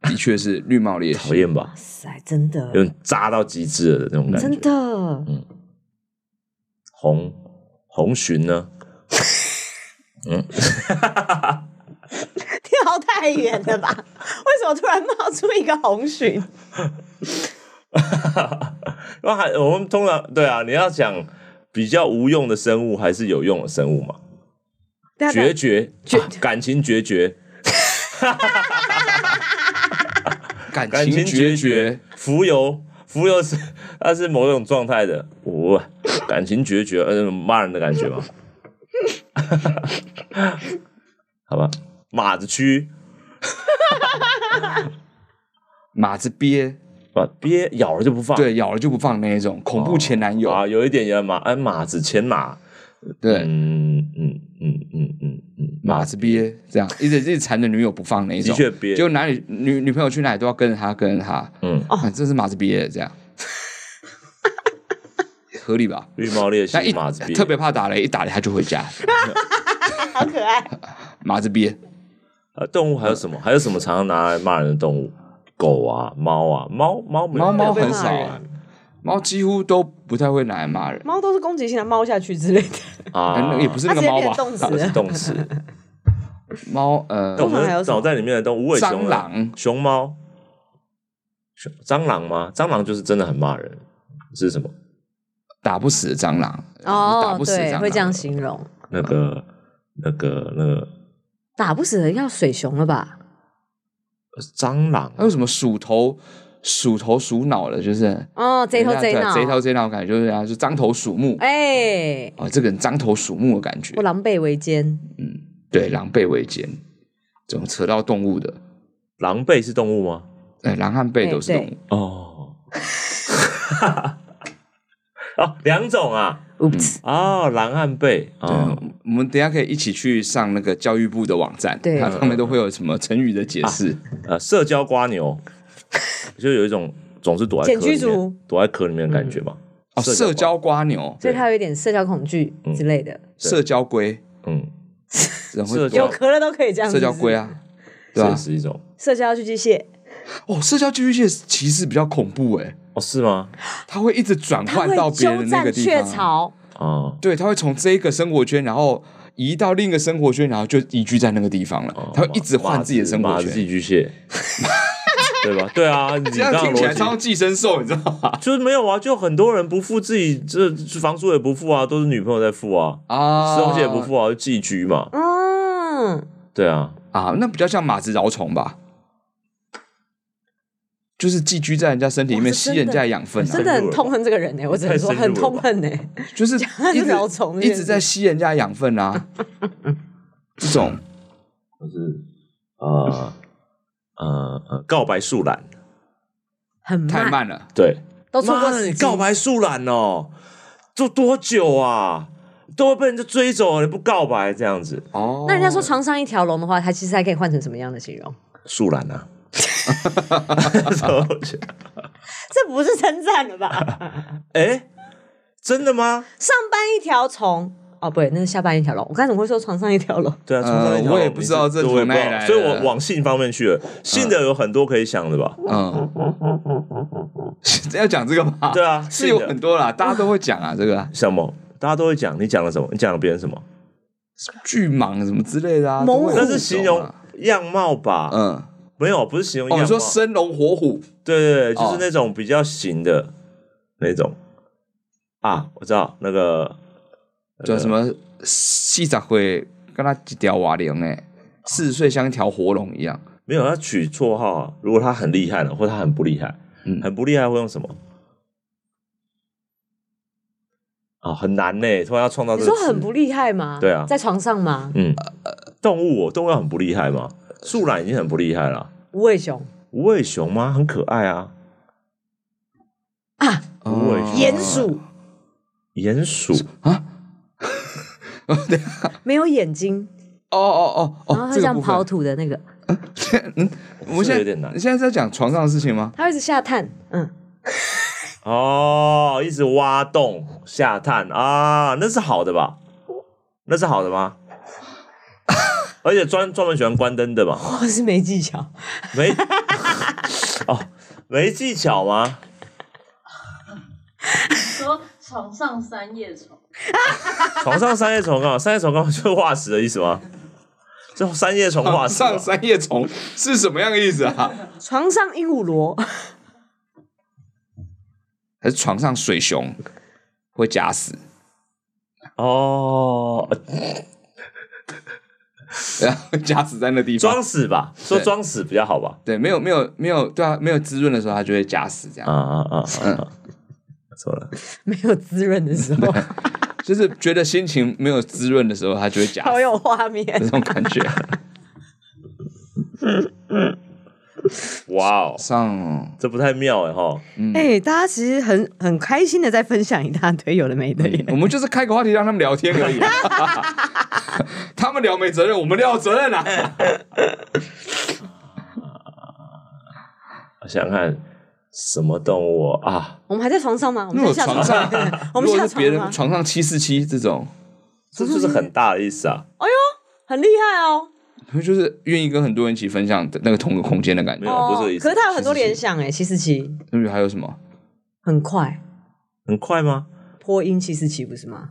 的确是绿帽鬣讨蜥。厌 [laughs] 吧？塞，真的，有点扎到极致了的那种感真觉。的，红红鲟呢？ [laughs] 跳太远了 [laughs] 吧？为什么突然冒出一个红鲟？那还我们通常对啊，你要讲比较无用的生物还是有用的生物嘛？对啊决绝，啊 [laughs] 感情决绝，感感情情决决绝绝，，浮游， [laughs] 浮游是它是某种状态的，我感情决绝，呃，骂人的感觉嘛。 [laughs] 好吧，马子区马子鳖，把鳖咬了就不放，对，咬了就不放那一种恐怖前男友。啊，有一点也马，哎，马子前马，对，嗯嗯嗯嗯嗯嗯，马子鳖这样一直一直缠着女友不放那一种，的确鳖就哪里女女朋友去哪里都要跟着他跟着他，嗯哦啊，这是马子鳖 [laughs] 这样，合理吧？绿帽鬣那蜥一哎马子鳖，特别怕打雷，一打雷他就回家。 [laughs] 好可爱。 [laughs] 马子鳖，啊，动物还有什么？还有什么常常拿来骂人的动物？狗啊，猫啊，猫猫没有猫猫很被少骂啊人，猫几乎都不太会拿来骂人，猫都是攻击性的，猫下去之类的，啊，也不是它那直个接猫变吧？冻死啊是了。[laughs] 动词。猫呃但我通常还有们什么脑袋里面的动物，无尾熊、啊蟑螂、熊猫、熊蟑螂吗？蟑螂就是真的很骂人，是什么？打不死的蟑螂，打哦，不死啊的蟑对，螂会这样形容。那个、那个、那个打不死的要水熊了吧？蟑螂还有什么鼠头、鼠头、鼠脑的，就是哦，贼头贼脑，贼头贼脑，感觉就是啊，就张头鼠目。哎，哦，这个人张头鼠目的感觉嗯我，狼狈为奸。对，狼狈为奸，这种扯到动物的，狼狈是动物吗？哎，狼和狈都是动哎物对，哦， [laughs] 哦，两种啊，嗯 Oops，哦，狼和狈对，啊，嗯我们等一下可以一起去上那个教育部的网站，对它上面都会有什么成语的解释。呃，社 [laughs] 交瓜牛，就有一种总是躲在壳简居里面族，啊躲在壳里面的感觉吧。哦，社社交交瓜牛、 [laughs] 所以他有一点社交恐惧嗯之类的，社交龟，嗯，人会多社交有壳了都可以这样子。社交龟，啊，对吧、这也是一种社交巨巨蟹，哦，社交巨蟹其实比较恐怖哎、哦，是吗？它会一直转他换到会别鸠人那个占地鹊方，巢，哦，对，它会从这一个生活圈，然后移到另一个生活圈，然后就移居在那个地方了哦，它会一直换自己的生马活子马子圈。寄 [laughs] 居蟹，对吧？对啊，你这样刚听刚起来超逻像辑寄生兽，你知道 [laughs] 吗？就是没有啊，就很多人不付自己这房租也不付啊，都是女朋友在付啊，啊，吃东西也不付啊，就寄居嘛，嗯，对啊，啊，那比较像马子饶虫吧，就是寄居在人家身体里面哇这吸真的人家的养分真啊，的很痛恨这个人呢、欸我只能说太深很入了吧痛恨欸呢、就是一直是饶虫这一件直在事吸人家的养分 [laughs] 啊，这种就是呃呃呃，告白树懒，很太慢，慢了。对，都错妈过的，时你机告白树懒哦，做多久啊？都会被人家追走，你不告白这样子，哦，那人家说床上一条龙的话，它其实还可以换成什么样的形容？树懒啊。 [laughs] 超久这不是称赞了 [laughs] 吧？哎、真的吗？上班一条虫，哦，不对，那是下班一条龙。我刚才怎么会说床上一条龙？对啊，呃冲上一条龙我也不知道这你是对从哪里我也来的不知道所以我往性方面去了。性的有很多可以想的吧？嗯， [laughs] [laughs] 要讲这个吗？对啊 [laughs] 是有是的很多啦，大家都会讲啊，这个啊什么？大家都会讲，你讲了什么？你讲了别人什么？巨蟒什么之类的啊，猛虎都会有这种那啊是形容样貌吧？嗯，没有，不是形容啊样哦，貌。你说生龙活虎对对对，就哦是那种比较型的、那种啊，我知道那个叫什么西杂会，跟他一条瓦龙哎，四十岁像一条活龙一样，没有，他取绰号啊。如果他很厉害了，或者他很不厉害，嗯很不厉害会用什么？啊，很难呢、突然要创造你这个说词，很不厉害吗？对啊在床上吗？嗯，呃动物、哦，动物要很不厉害吗？树懒已经很不厉害了，无尾熊、无尾熊吗？很可爱啊，无哦尾熊啊鼹鼠鼹鼠没有眼睛，哦哦哦然后哦，它这这个样部刨 [laughs] 分，嗯土的那个，我们现在这个有点难你现在在讲床上的事情吗？它会一直下探，嗯，哦，一直挖洞下探啊，那是好的吧？那是好的吗？ [laughs] 而且专专门喜欢关灯的嘛，或哦是没技巧。没 [laughs] 哦，没技巧吗？说床上三叶虫，床上三叶虫干嘛？三叶虫干嘛？就是化石的意思吗？就三叶虫化石吗上三叶虫是什么样的意思 [laughs] 啊？床上鹦鹉螺，还是床上水熊会假死？ [laughs] 哦，然后假死在那地方装。死吧，说装死比较好吧？对，没有没有没有，对啊，没有滋润的时候，它就会假死，这样、啊啊啊！啊 [laughs] 错了， [laughs] 没有滋润的时候，就是觉得心情没有滋润的时候，它就会假 [laughs] 好死，有画面。这种感觉。哇哦，上这不太妙哎哈！哎、大家其实很很开心的在分享一大堆有的没的耶。我们就是开个话题让他们聊天而已、啊，他们聊没责任，我们聊有责任哎啊。我想想看什么动物啊啊？我们还在床上吗？如我们果现在下床床上吗， [laughs] 我们如果下是别床啊人吗？床上七四七这种，这就是很大的意思啊！很厉害哦，就是愿意跟很多人一起分享的那个同个空间的感没觉。有哦，啊不是这个意思可是他有很多联想哎，七四七那还有什么？很快，很快吗？波音七四七不是 [laughs] 吗？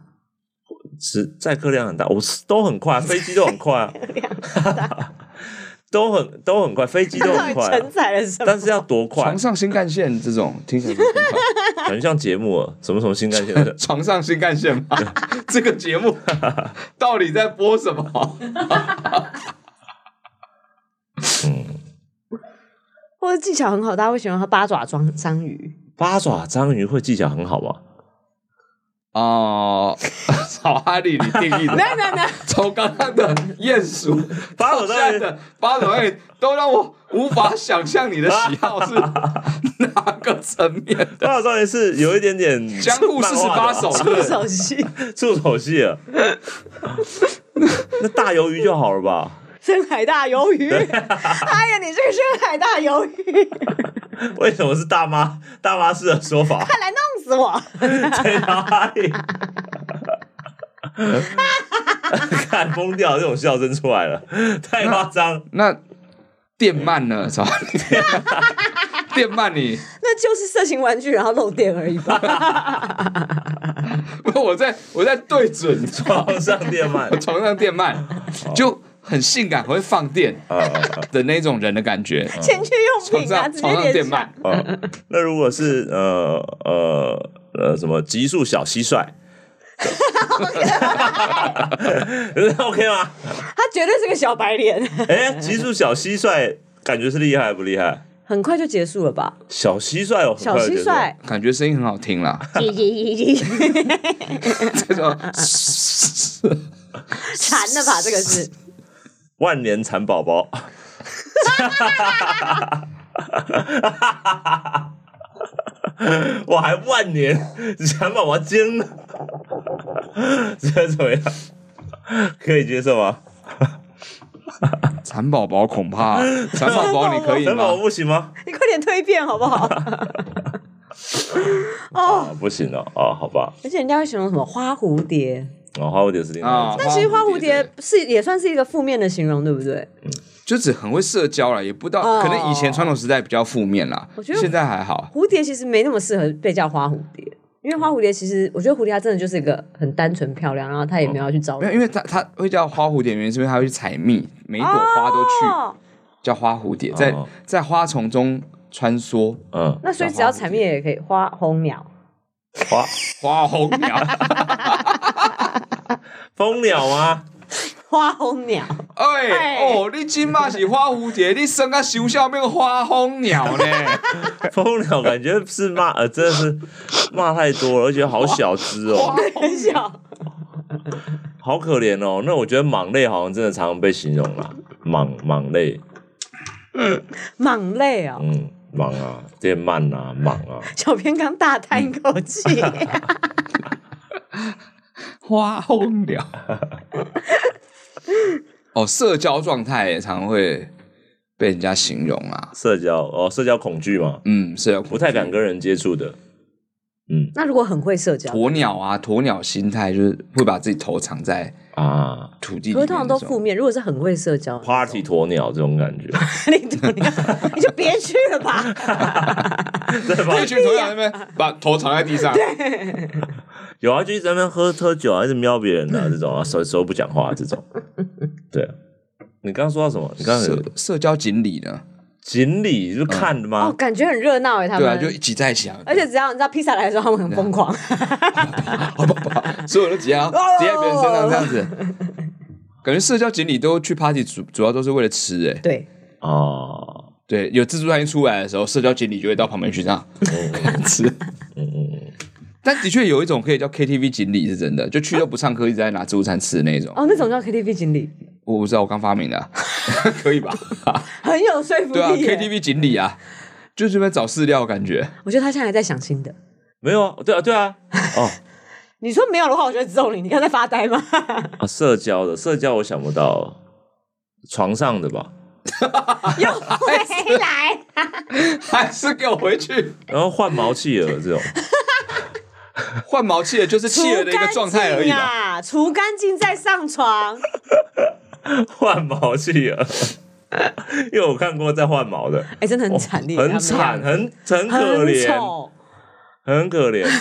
是载客量很大，我是都很快，飞机都很快啊， [laughs] 都很都很快，飞 [laughs] 机他都到很底快啊承，载了什么？但是要多快床？上新干线这种听起来就很快。很像节目啊，什么什么新干 [laughs] 线的床上新干线吗？这个节目到底在播什么？或者技巧很好，大家会喜欢他八爪章章 [laughs] 鱼。八爪章鱼会技巧很好吧？哦， [laughs] 草哈利，你定义的没有没有没有，从刚刚的鼹鼠， [laughs] 八到爪现在章鱼的八爪章鱼，都让我无法想象你的喜好 [laughs] 是哪个层面的。八爪章鱼是有一点点 [laughs] 江户四十漫八画的手，不熟悉， [laughs] 触手戏了。那大鱿鱼就好了吧？深海大鱿鱼。 [laughs] 哎呀，你这个深海大鱿鱼，为什么是大妈大妈式的说法？来弄死我！在哪里？看疯掉，这种笑声出来了，太夸张。那电鳗呢？操，电鳗你，那就是色情玩具，然后漏电而已吧。 [laughs] 我在我在对准床床上电鳗 [laughs] 我床上电鳗哦就很性感，会放电啊啊的那种人的感觉。情趣用床品啊，上直床上接电联鳗想。，啊！啊那如果是呃呃呃什么极速小蟋 [laughs] 蟀，OK 吗？他绝对是个小白脸。 [laughs] 哎、极速小蟋蟀感觉是厉害不厉害？很快就结束了吧？小蟋蟀哦，很小快蟋就结束了蟀，感觉声音很好听啦。 [laughs] 咦咦咦 [laughs] 咦，这种馋了吧？这个是万年蚕宝宝。 [laughs] 我还万年蚕宝宝精呢，这怎么样？可以接受吗？蚕宝宝恐怕，蚕宝宝你可以 [laughs] 蚕宝宝吗？不行吗？你快点蜕变好不好？啊，不行哦，啊，好吧，而且人家会形容什么花蝴蝶，然后我就是另外一啊种，，但其实花蝴对蝶是也算是一个负面的形容，对不对？就只很会社交了，也不知道，哦可能以前传统时代比较负面啦，我觉得现在还好。蝴蝶其实没那么适合被叫花蝴蝶，因为花蝴蝶其实我觉得蝴蝶它真的就是一个很单纯漂亮，然后它也没有要去招没有，人。因为它它会叫花蝴蝶，原因是因为它会去采蜜，每一朵花都去、哦，叫花蝴蝶，在、哦在花丛中穿梭。嗯，那所以只要采蜜也可以花红鸟，花花红鸟蜂鸟吗？ [laughs] 花红鸟， [laughs] 哎、哎哦，你今嘛是花蝴 [laughs] 蝶，你生啊修笑变花红鸟呢？蜂鸟感觉是骂，呃，真的是骂太多了，而且好小只哦。很小。好可怜哦。那我觉得蟒类好像真的常常被形容啦，蟒蟒类， [laughs] 蟒类啊、嗯，蟒啊，电鳗啊，蟒啊，小编刚大叹一口气，花红鸟。 [laughs] 哦，社交状态也常会被人家形容啊。社交哦，社交恐惧嘛，嗯，社交不太敢跟人接触的。嗯 [laughs] 那如果很会社 [laughs] 交，鸵鸟啊，鸵鸟心态就是会把自己头藏在啊土地里可面是那种。通常都负面。如果是很会社交， ，party 鸵鸟这种感觉， [laughs] 你鸵鸟，你就别去了吧。 [laughs] 对吧一？群鸵鸟在那 [laughs] 边把头藏在地上，有啊，就一直在那边喝喝酒啊，一直瞄别人的、啊、这种啊，手手不讲话、这种。对啊，你刚刚说到什么？你刚刚有社社交锦鲤呢？锦鲤嗯是看的哦，吗？感觉很热闹哎，他啊对们。啊，就挤在一起啊， [laughs] 而且只要你知道披萨来的时候，他们很疯狂。好不好？所有人都挤在挤在别人身上这样 [laughs] 子，感觉社交锦鲤都去 party 主主要都是为了吃哎、对，哦，对，有自助餐一出来的时候，社交锦鲤就会到旁边去这样 [laughs] 吃。嗯嗯嗯，但的确有一种可以叫 KTV 锦鲤是真的，就去都不唱歌，一直在拿自助餐吃的那种。 [laughs] 哦，那种叫 KTV 经理，我不知道，我刚发明的啊， [laughs] 可以吧？很有说服对啊力耶。 ，KTV 锦鲤啊，就这边找饲料感 [laughs] 觉。我觉得他现在还在想新的。没有啊，对啊，对啊，哦，你说没有的话，我觉得揍你。你刚才发呆吗？ [laughs] 啊，社交的社交我想不到，床上的吧。又回 [laughs] 来，还是给我回去然后换毛企鹅这种， [laughs] 换毛器的，就是除企鹅的一个状态而已吧。干净啊，除干净再上床。换毛企鹅， [laughs] 因为我看过在换毛的，哦哎，真的哦很惨烈，他很们惨，很很可很怜，丑。很可怜。 [laughs]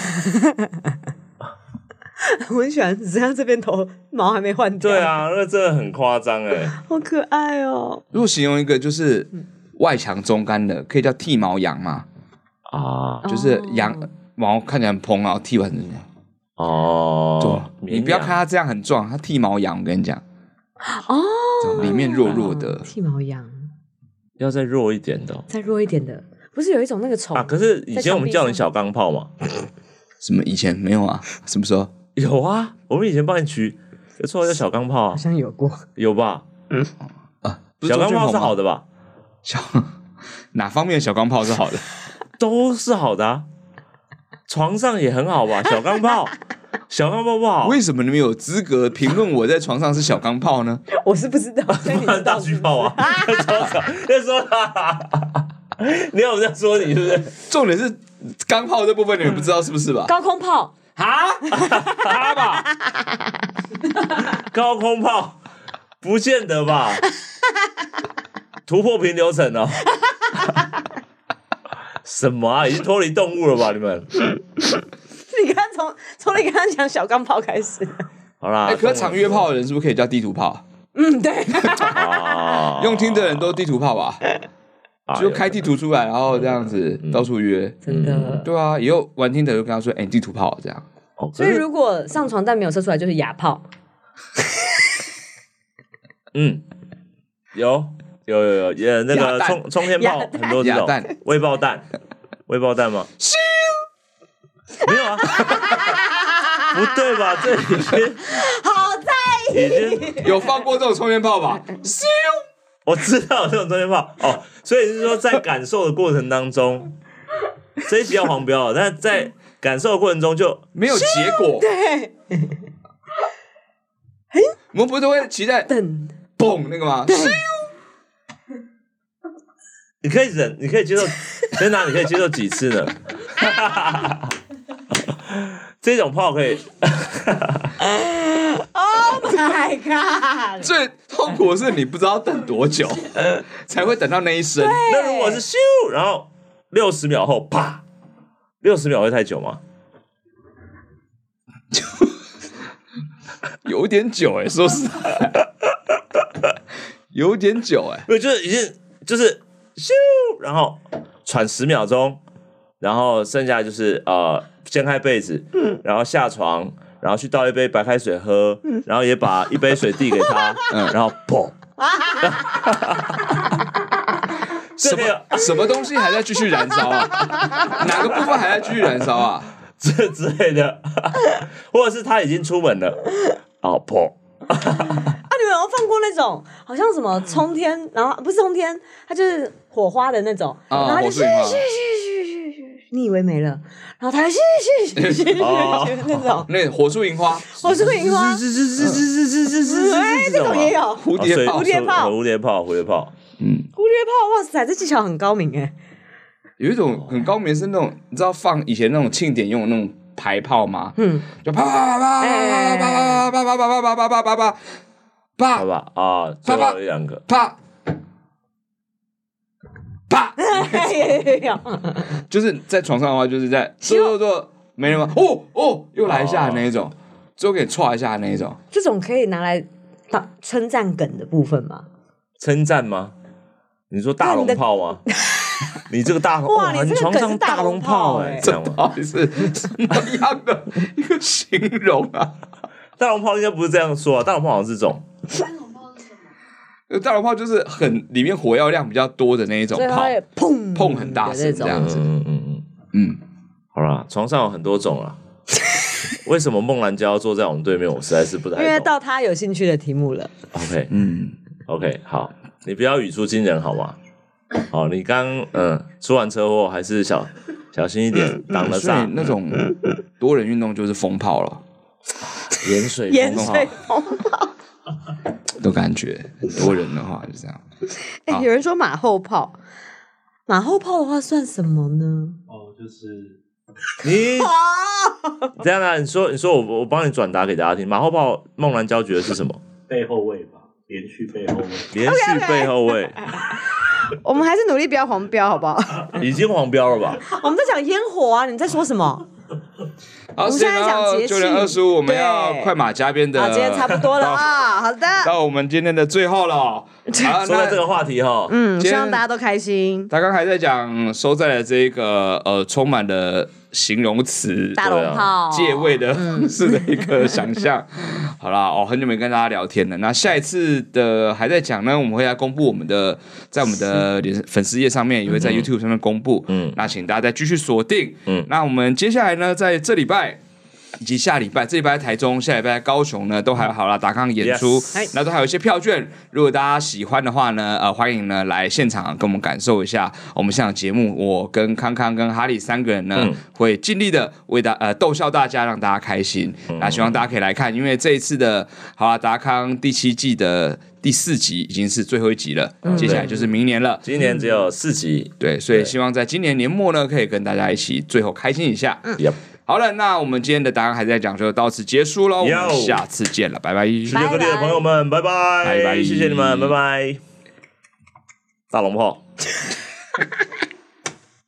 我很喜欢，只剩下这边头毛还没换掉。对， [laughs] 啊，那真的很夸张哎，好可爱哦。如果形容一个就是外强中干的，可以叫剃毛羊嘛，啊就是哦羊毛看起来很蓬，然后剃完哦对，，啊你不要看绵羊它这样很壮，它剃毛羊，我跟你讲，哦，里面弱弱的，嗯剃毛羊，要再弱一点的哦再弱一点的，不是有一种那个虫啊。可是以前我们叫你小钢炮嘛，什么以前没有啊？什么时候？有啊，我们以前帮你取，有绰号叫小钢炮啊好，像有过，有吧？不是小周钢俊炮鹏是吗好，的吧？小 [laughs] 哪方面的小钢炮是好的？都是好的、啊，床上也很 [laughs] 好吧？小钢炮，小钢炮不好，为什么你们有资格评论我在床上是小钢炮呢？ [laughs] [laughs] 啊我是不知道，所以你知道大巨炮啊！那时候，那时候，你有这样说你是不是？重点是钢炮这部分你们不知道是不是吧？高空炮，啊，他吧，高空炮不见得吧？突破平流 [laughs] 层哦。什么啊？已经脱离动物了吧？你们你刚刚从从你刚刚讲小钢炮开始，好啦。哎，可是常约炮的人是不是可以叫地图炮？嗯，对，啊，用听的人都地图炮吧？啊就开地图出来，然后这样子到处约。真的。对啊，以后玩听的就跟他说：“哎，你地图炮这样。哦，可所以是如果上床但没有射出来，就是哑炮。嗯，有有有有，也那鸭个蛋冲冲天炮鸭蛋很多这鸭种蛋，未爆弹，未爆弹吗？没有 [laughs] 啊，不对吧？这已经好在已经”有放过这种冲天炮吧？咻！我知道有这种冲天炮哦，所以是说在感受的过程当中，这一集要黄标了，啊但是在感受的过程中就没有结果。对，我们不是都会期待等嘣那个吗？你可以忍，你可以接受，真的啊，你可以接受几次 [laughs] 呢？ [laughs] 这种炮可以， ，Oh my God！最痛苦的是你不知道等多久才会等到那一声。那如果是咻，然后六十秒后啪，六十秒会太久吗？有点久哎、说实在，有点久哎、没有，就是已经就是咻，然后喘十秒钟，然后剩下就是呃掀开被子，然后下床，然后去倒一杯白开水喝，然后也把一杯水递给他，然后砰，什这个么什么东西还在继续燃烧啊？哪个部分还在继续燃烧啊？这之类的，或者是他已经出门了，哦砰。啊，你们有没有放过那种好像什么冲天，然后不是冲天，它就是火花的那种，啊然后它火就树是银花你以为没了，然后它是是是是是那种，那火树银花、火树银花，是是是是是是是哎，这种也有，蝴蝴蝶炮蝴，蝶炮蝴蝶炮，蝴蝶炮，嗯，蝶炮，哇塞，这技巧很高明哎，有一种很高明是那种，你知道放以前那种庆典用的那种排炮吗？嗯，就啪啪啪啪啪啪啪啪啪啪啪啪啪啪啪好吧 [laughs] 啊，最爸爸后一两个，啪啪，有，就是在床上的话，就是在做做做，没嗯人吗？哦哦，又来一下那一种，哦最后给你踹一下那一种，这种可以拿来当称赞梗的部分吗？称赞吗？你说大龙炮 [laughs] 吗？你这个大龙哇你这个你床梗上是大龙龙炮哎，哎这样吗？到底 [laughs] 是什么样的一个形容啊？大龙炮应该不是这样说啊，大龙炮好像是这种三种炮是什么？大龙炮就是很里面火药量比较多的那一种所以它炮，会砰砰很大的那声这样种，子，嗯嗯嗯嗯，嗯，好啦，床上有很多种啦。 [laughs] 为什么孟兰娇坐在我们对面？我实在是不因为太懂。到他有兴趣的题目了， OK 嗯。 OK，好，你不要语出惊人好吗？好，你刚嗯出完车祸还是小小心一点，挡了嗯所以煞。那种多人运动就是风炮了盐水盐风水风的感觉。多人的话就这样， [laughs] 哎、好有人说马后炮，马后炮的话算什么呢？哦，就是 [laughs] 你这样啊？你说，你说我我帮你转达给大家听。马后炮梦兰交觉得是什 [laughs] 么？背后位吧，连续背后位。连续背后卫，我们还是努力不要黄标，好不好？已经黄标了吧？ [laughs] 我们在讲烟火啊，你在说什么？好，我们现在讲节气哦九点二十五，我们对要快马加鞭的。好，今天差不多了啊、好的，到我们今天的最 [laughs] 后了哦。好，说到这那个话题哈，嗯，今天希望大家都开心。他刚才在讲收在了这个呃充满了形容词大龙炮，啊借位的嗯方式的一个想象。 [laughs] 好啦，哦，很久没跟大家聊天了。那下一次的还在讲呢，我们会来公布我们的，在我们的脸粉丝页上面，也会在 YouTube 上面公布。嗯那请大家再继续锁定。嗯那我们接下来呢，在这礼拜。以及下礼拜，这礼拜在台中，下礼拜在高雄呢，都还有好啦达康演出嗯 Yes 嗨那都还有一些票券。如果大家喜欢的话呢，呃，欢迎呢来现场跟我们感受一下我们现场节目。我跟康康跟哈利三个人呢，嗯会尽力的为大呃逗笑大家，让大家开心。那希望大家可以来看，因为这一次的好啦达康第七季的第四集已经是最后一集了，接下来就是明年了。今年只有四集。嗯对，所以对希望在今年年末呢，可以跟大家一起最后开心一下。 Yep 好了，那我们今天的答案还在讲，就到此结束喽。我 Yo 们下次见了，拜拜。世界各地的朋友们，拜拜，拜拜谢谢你们，拜拜。大龙炮。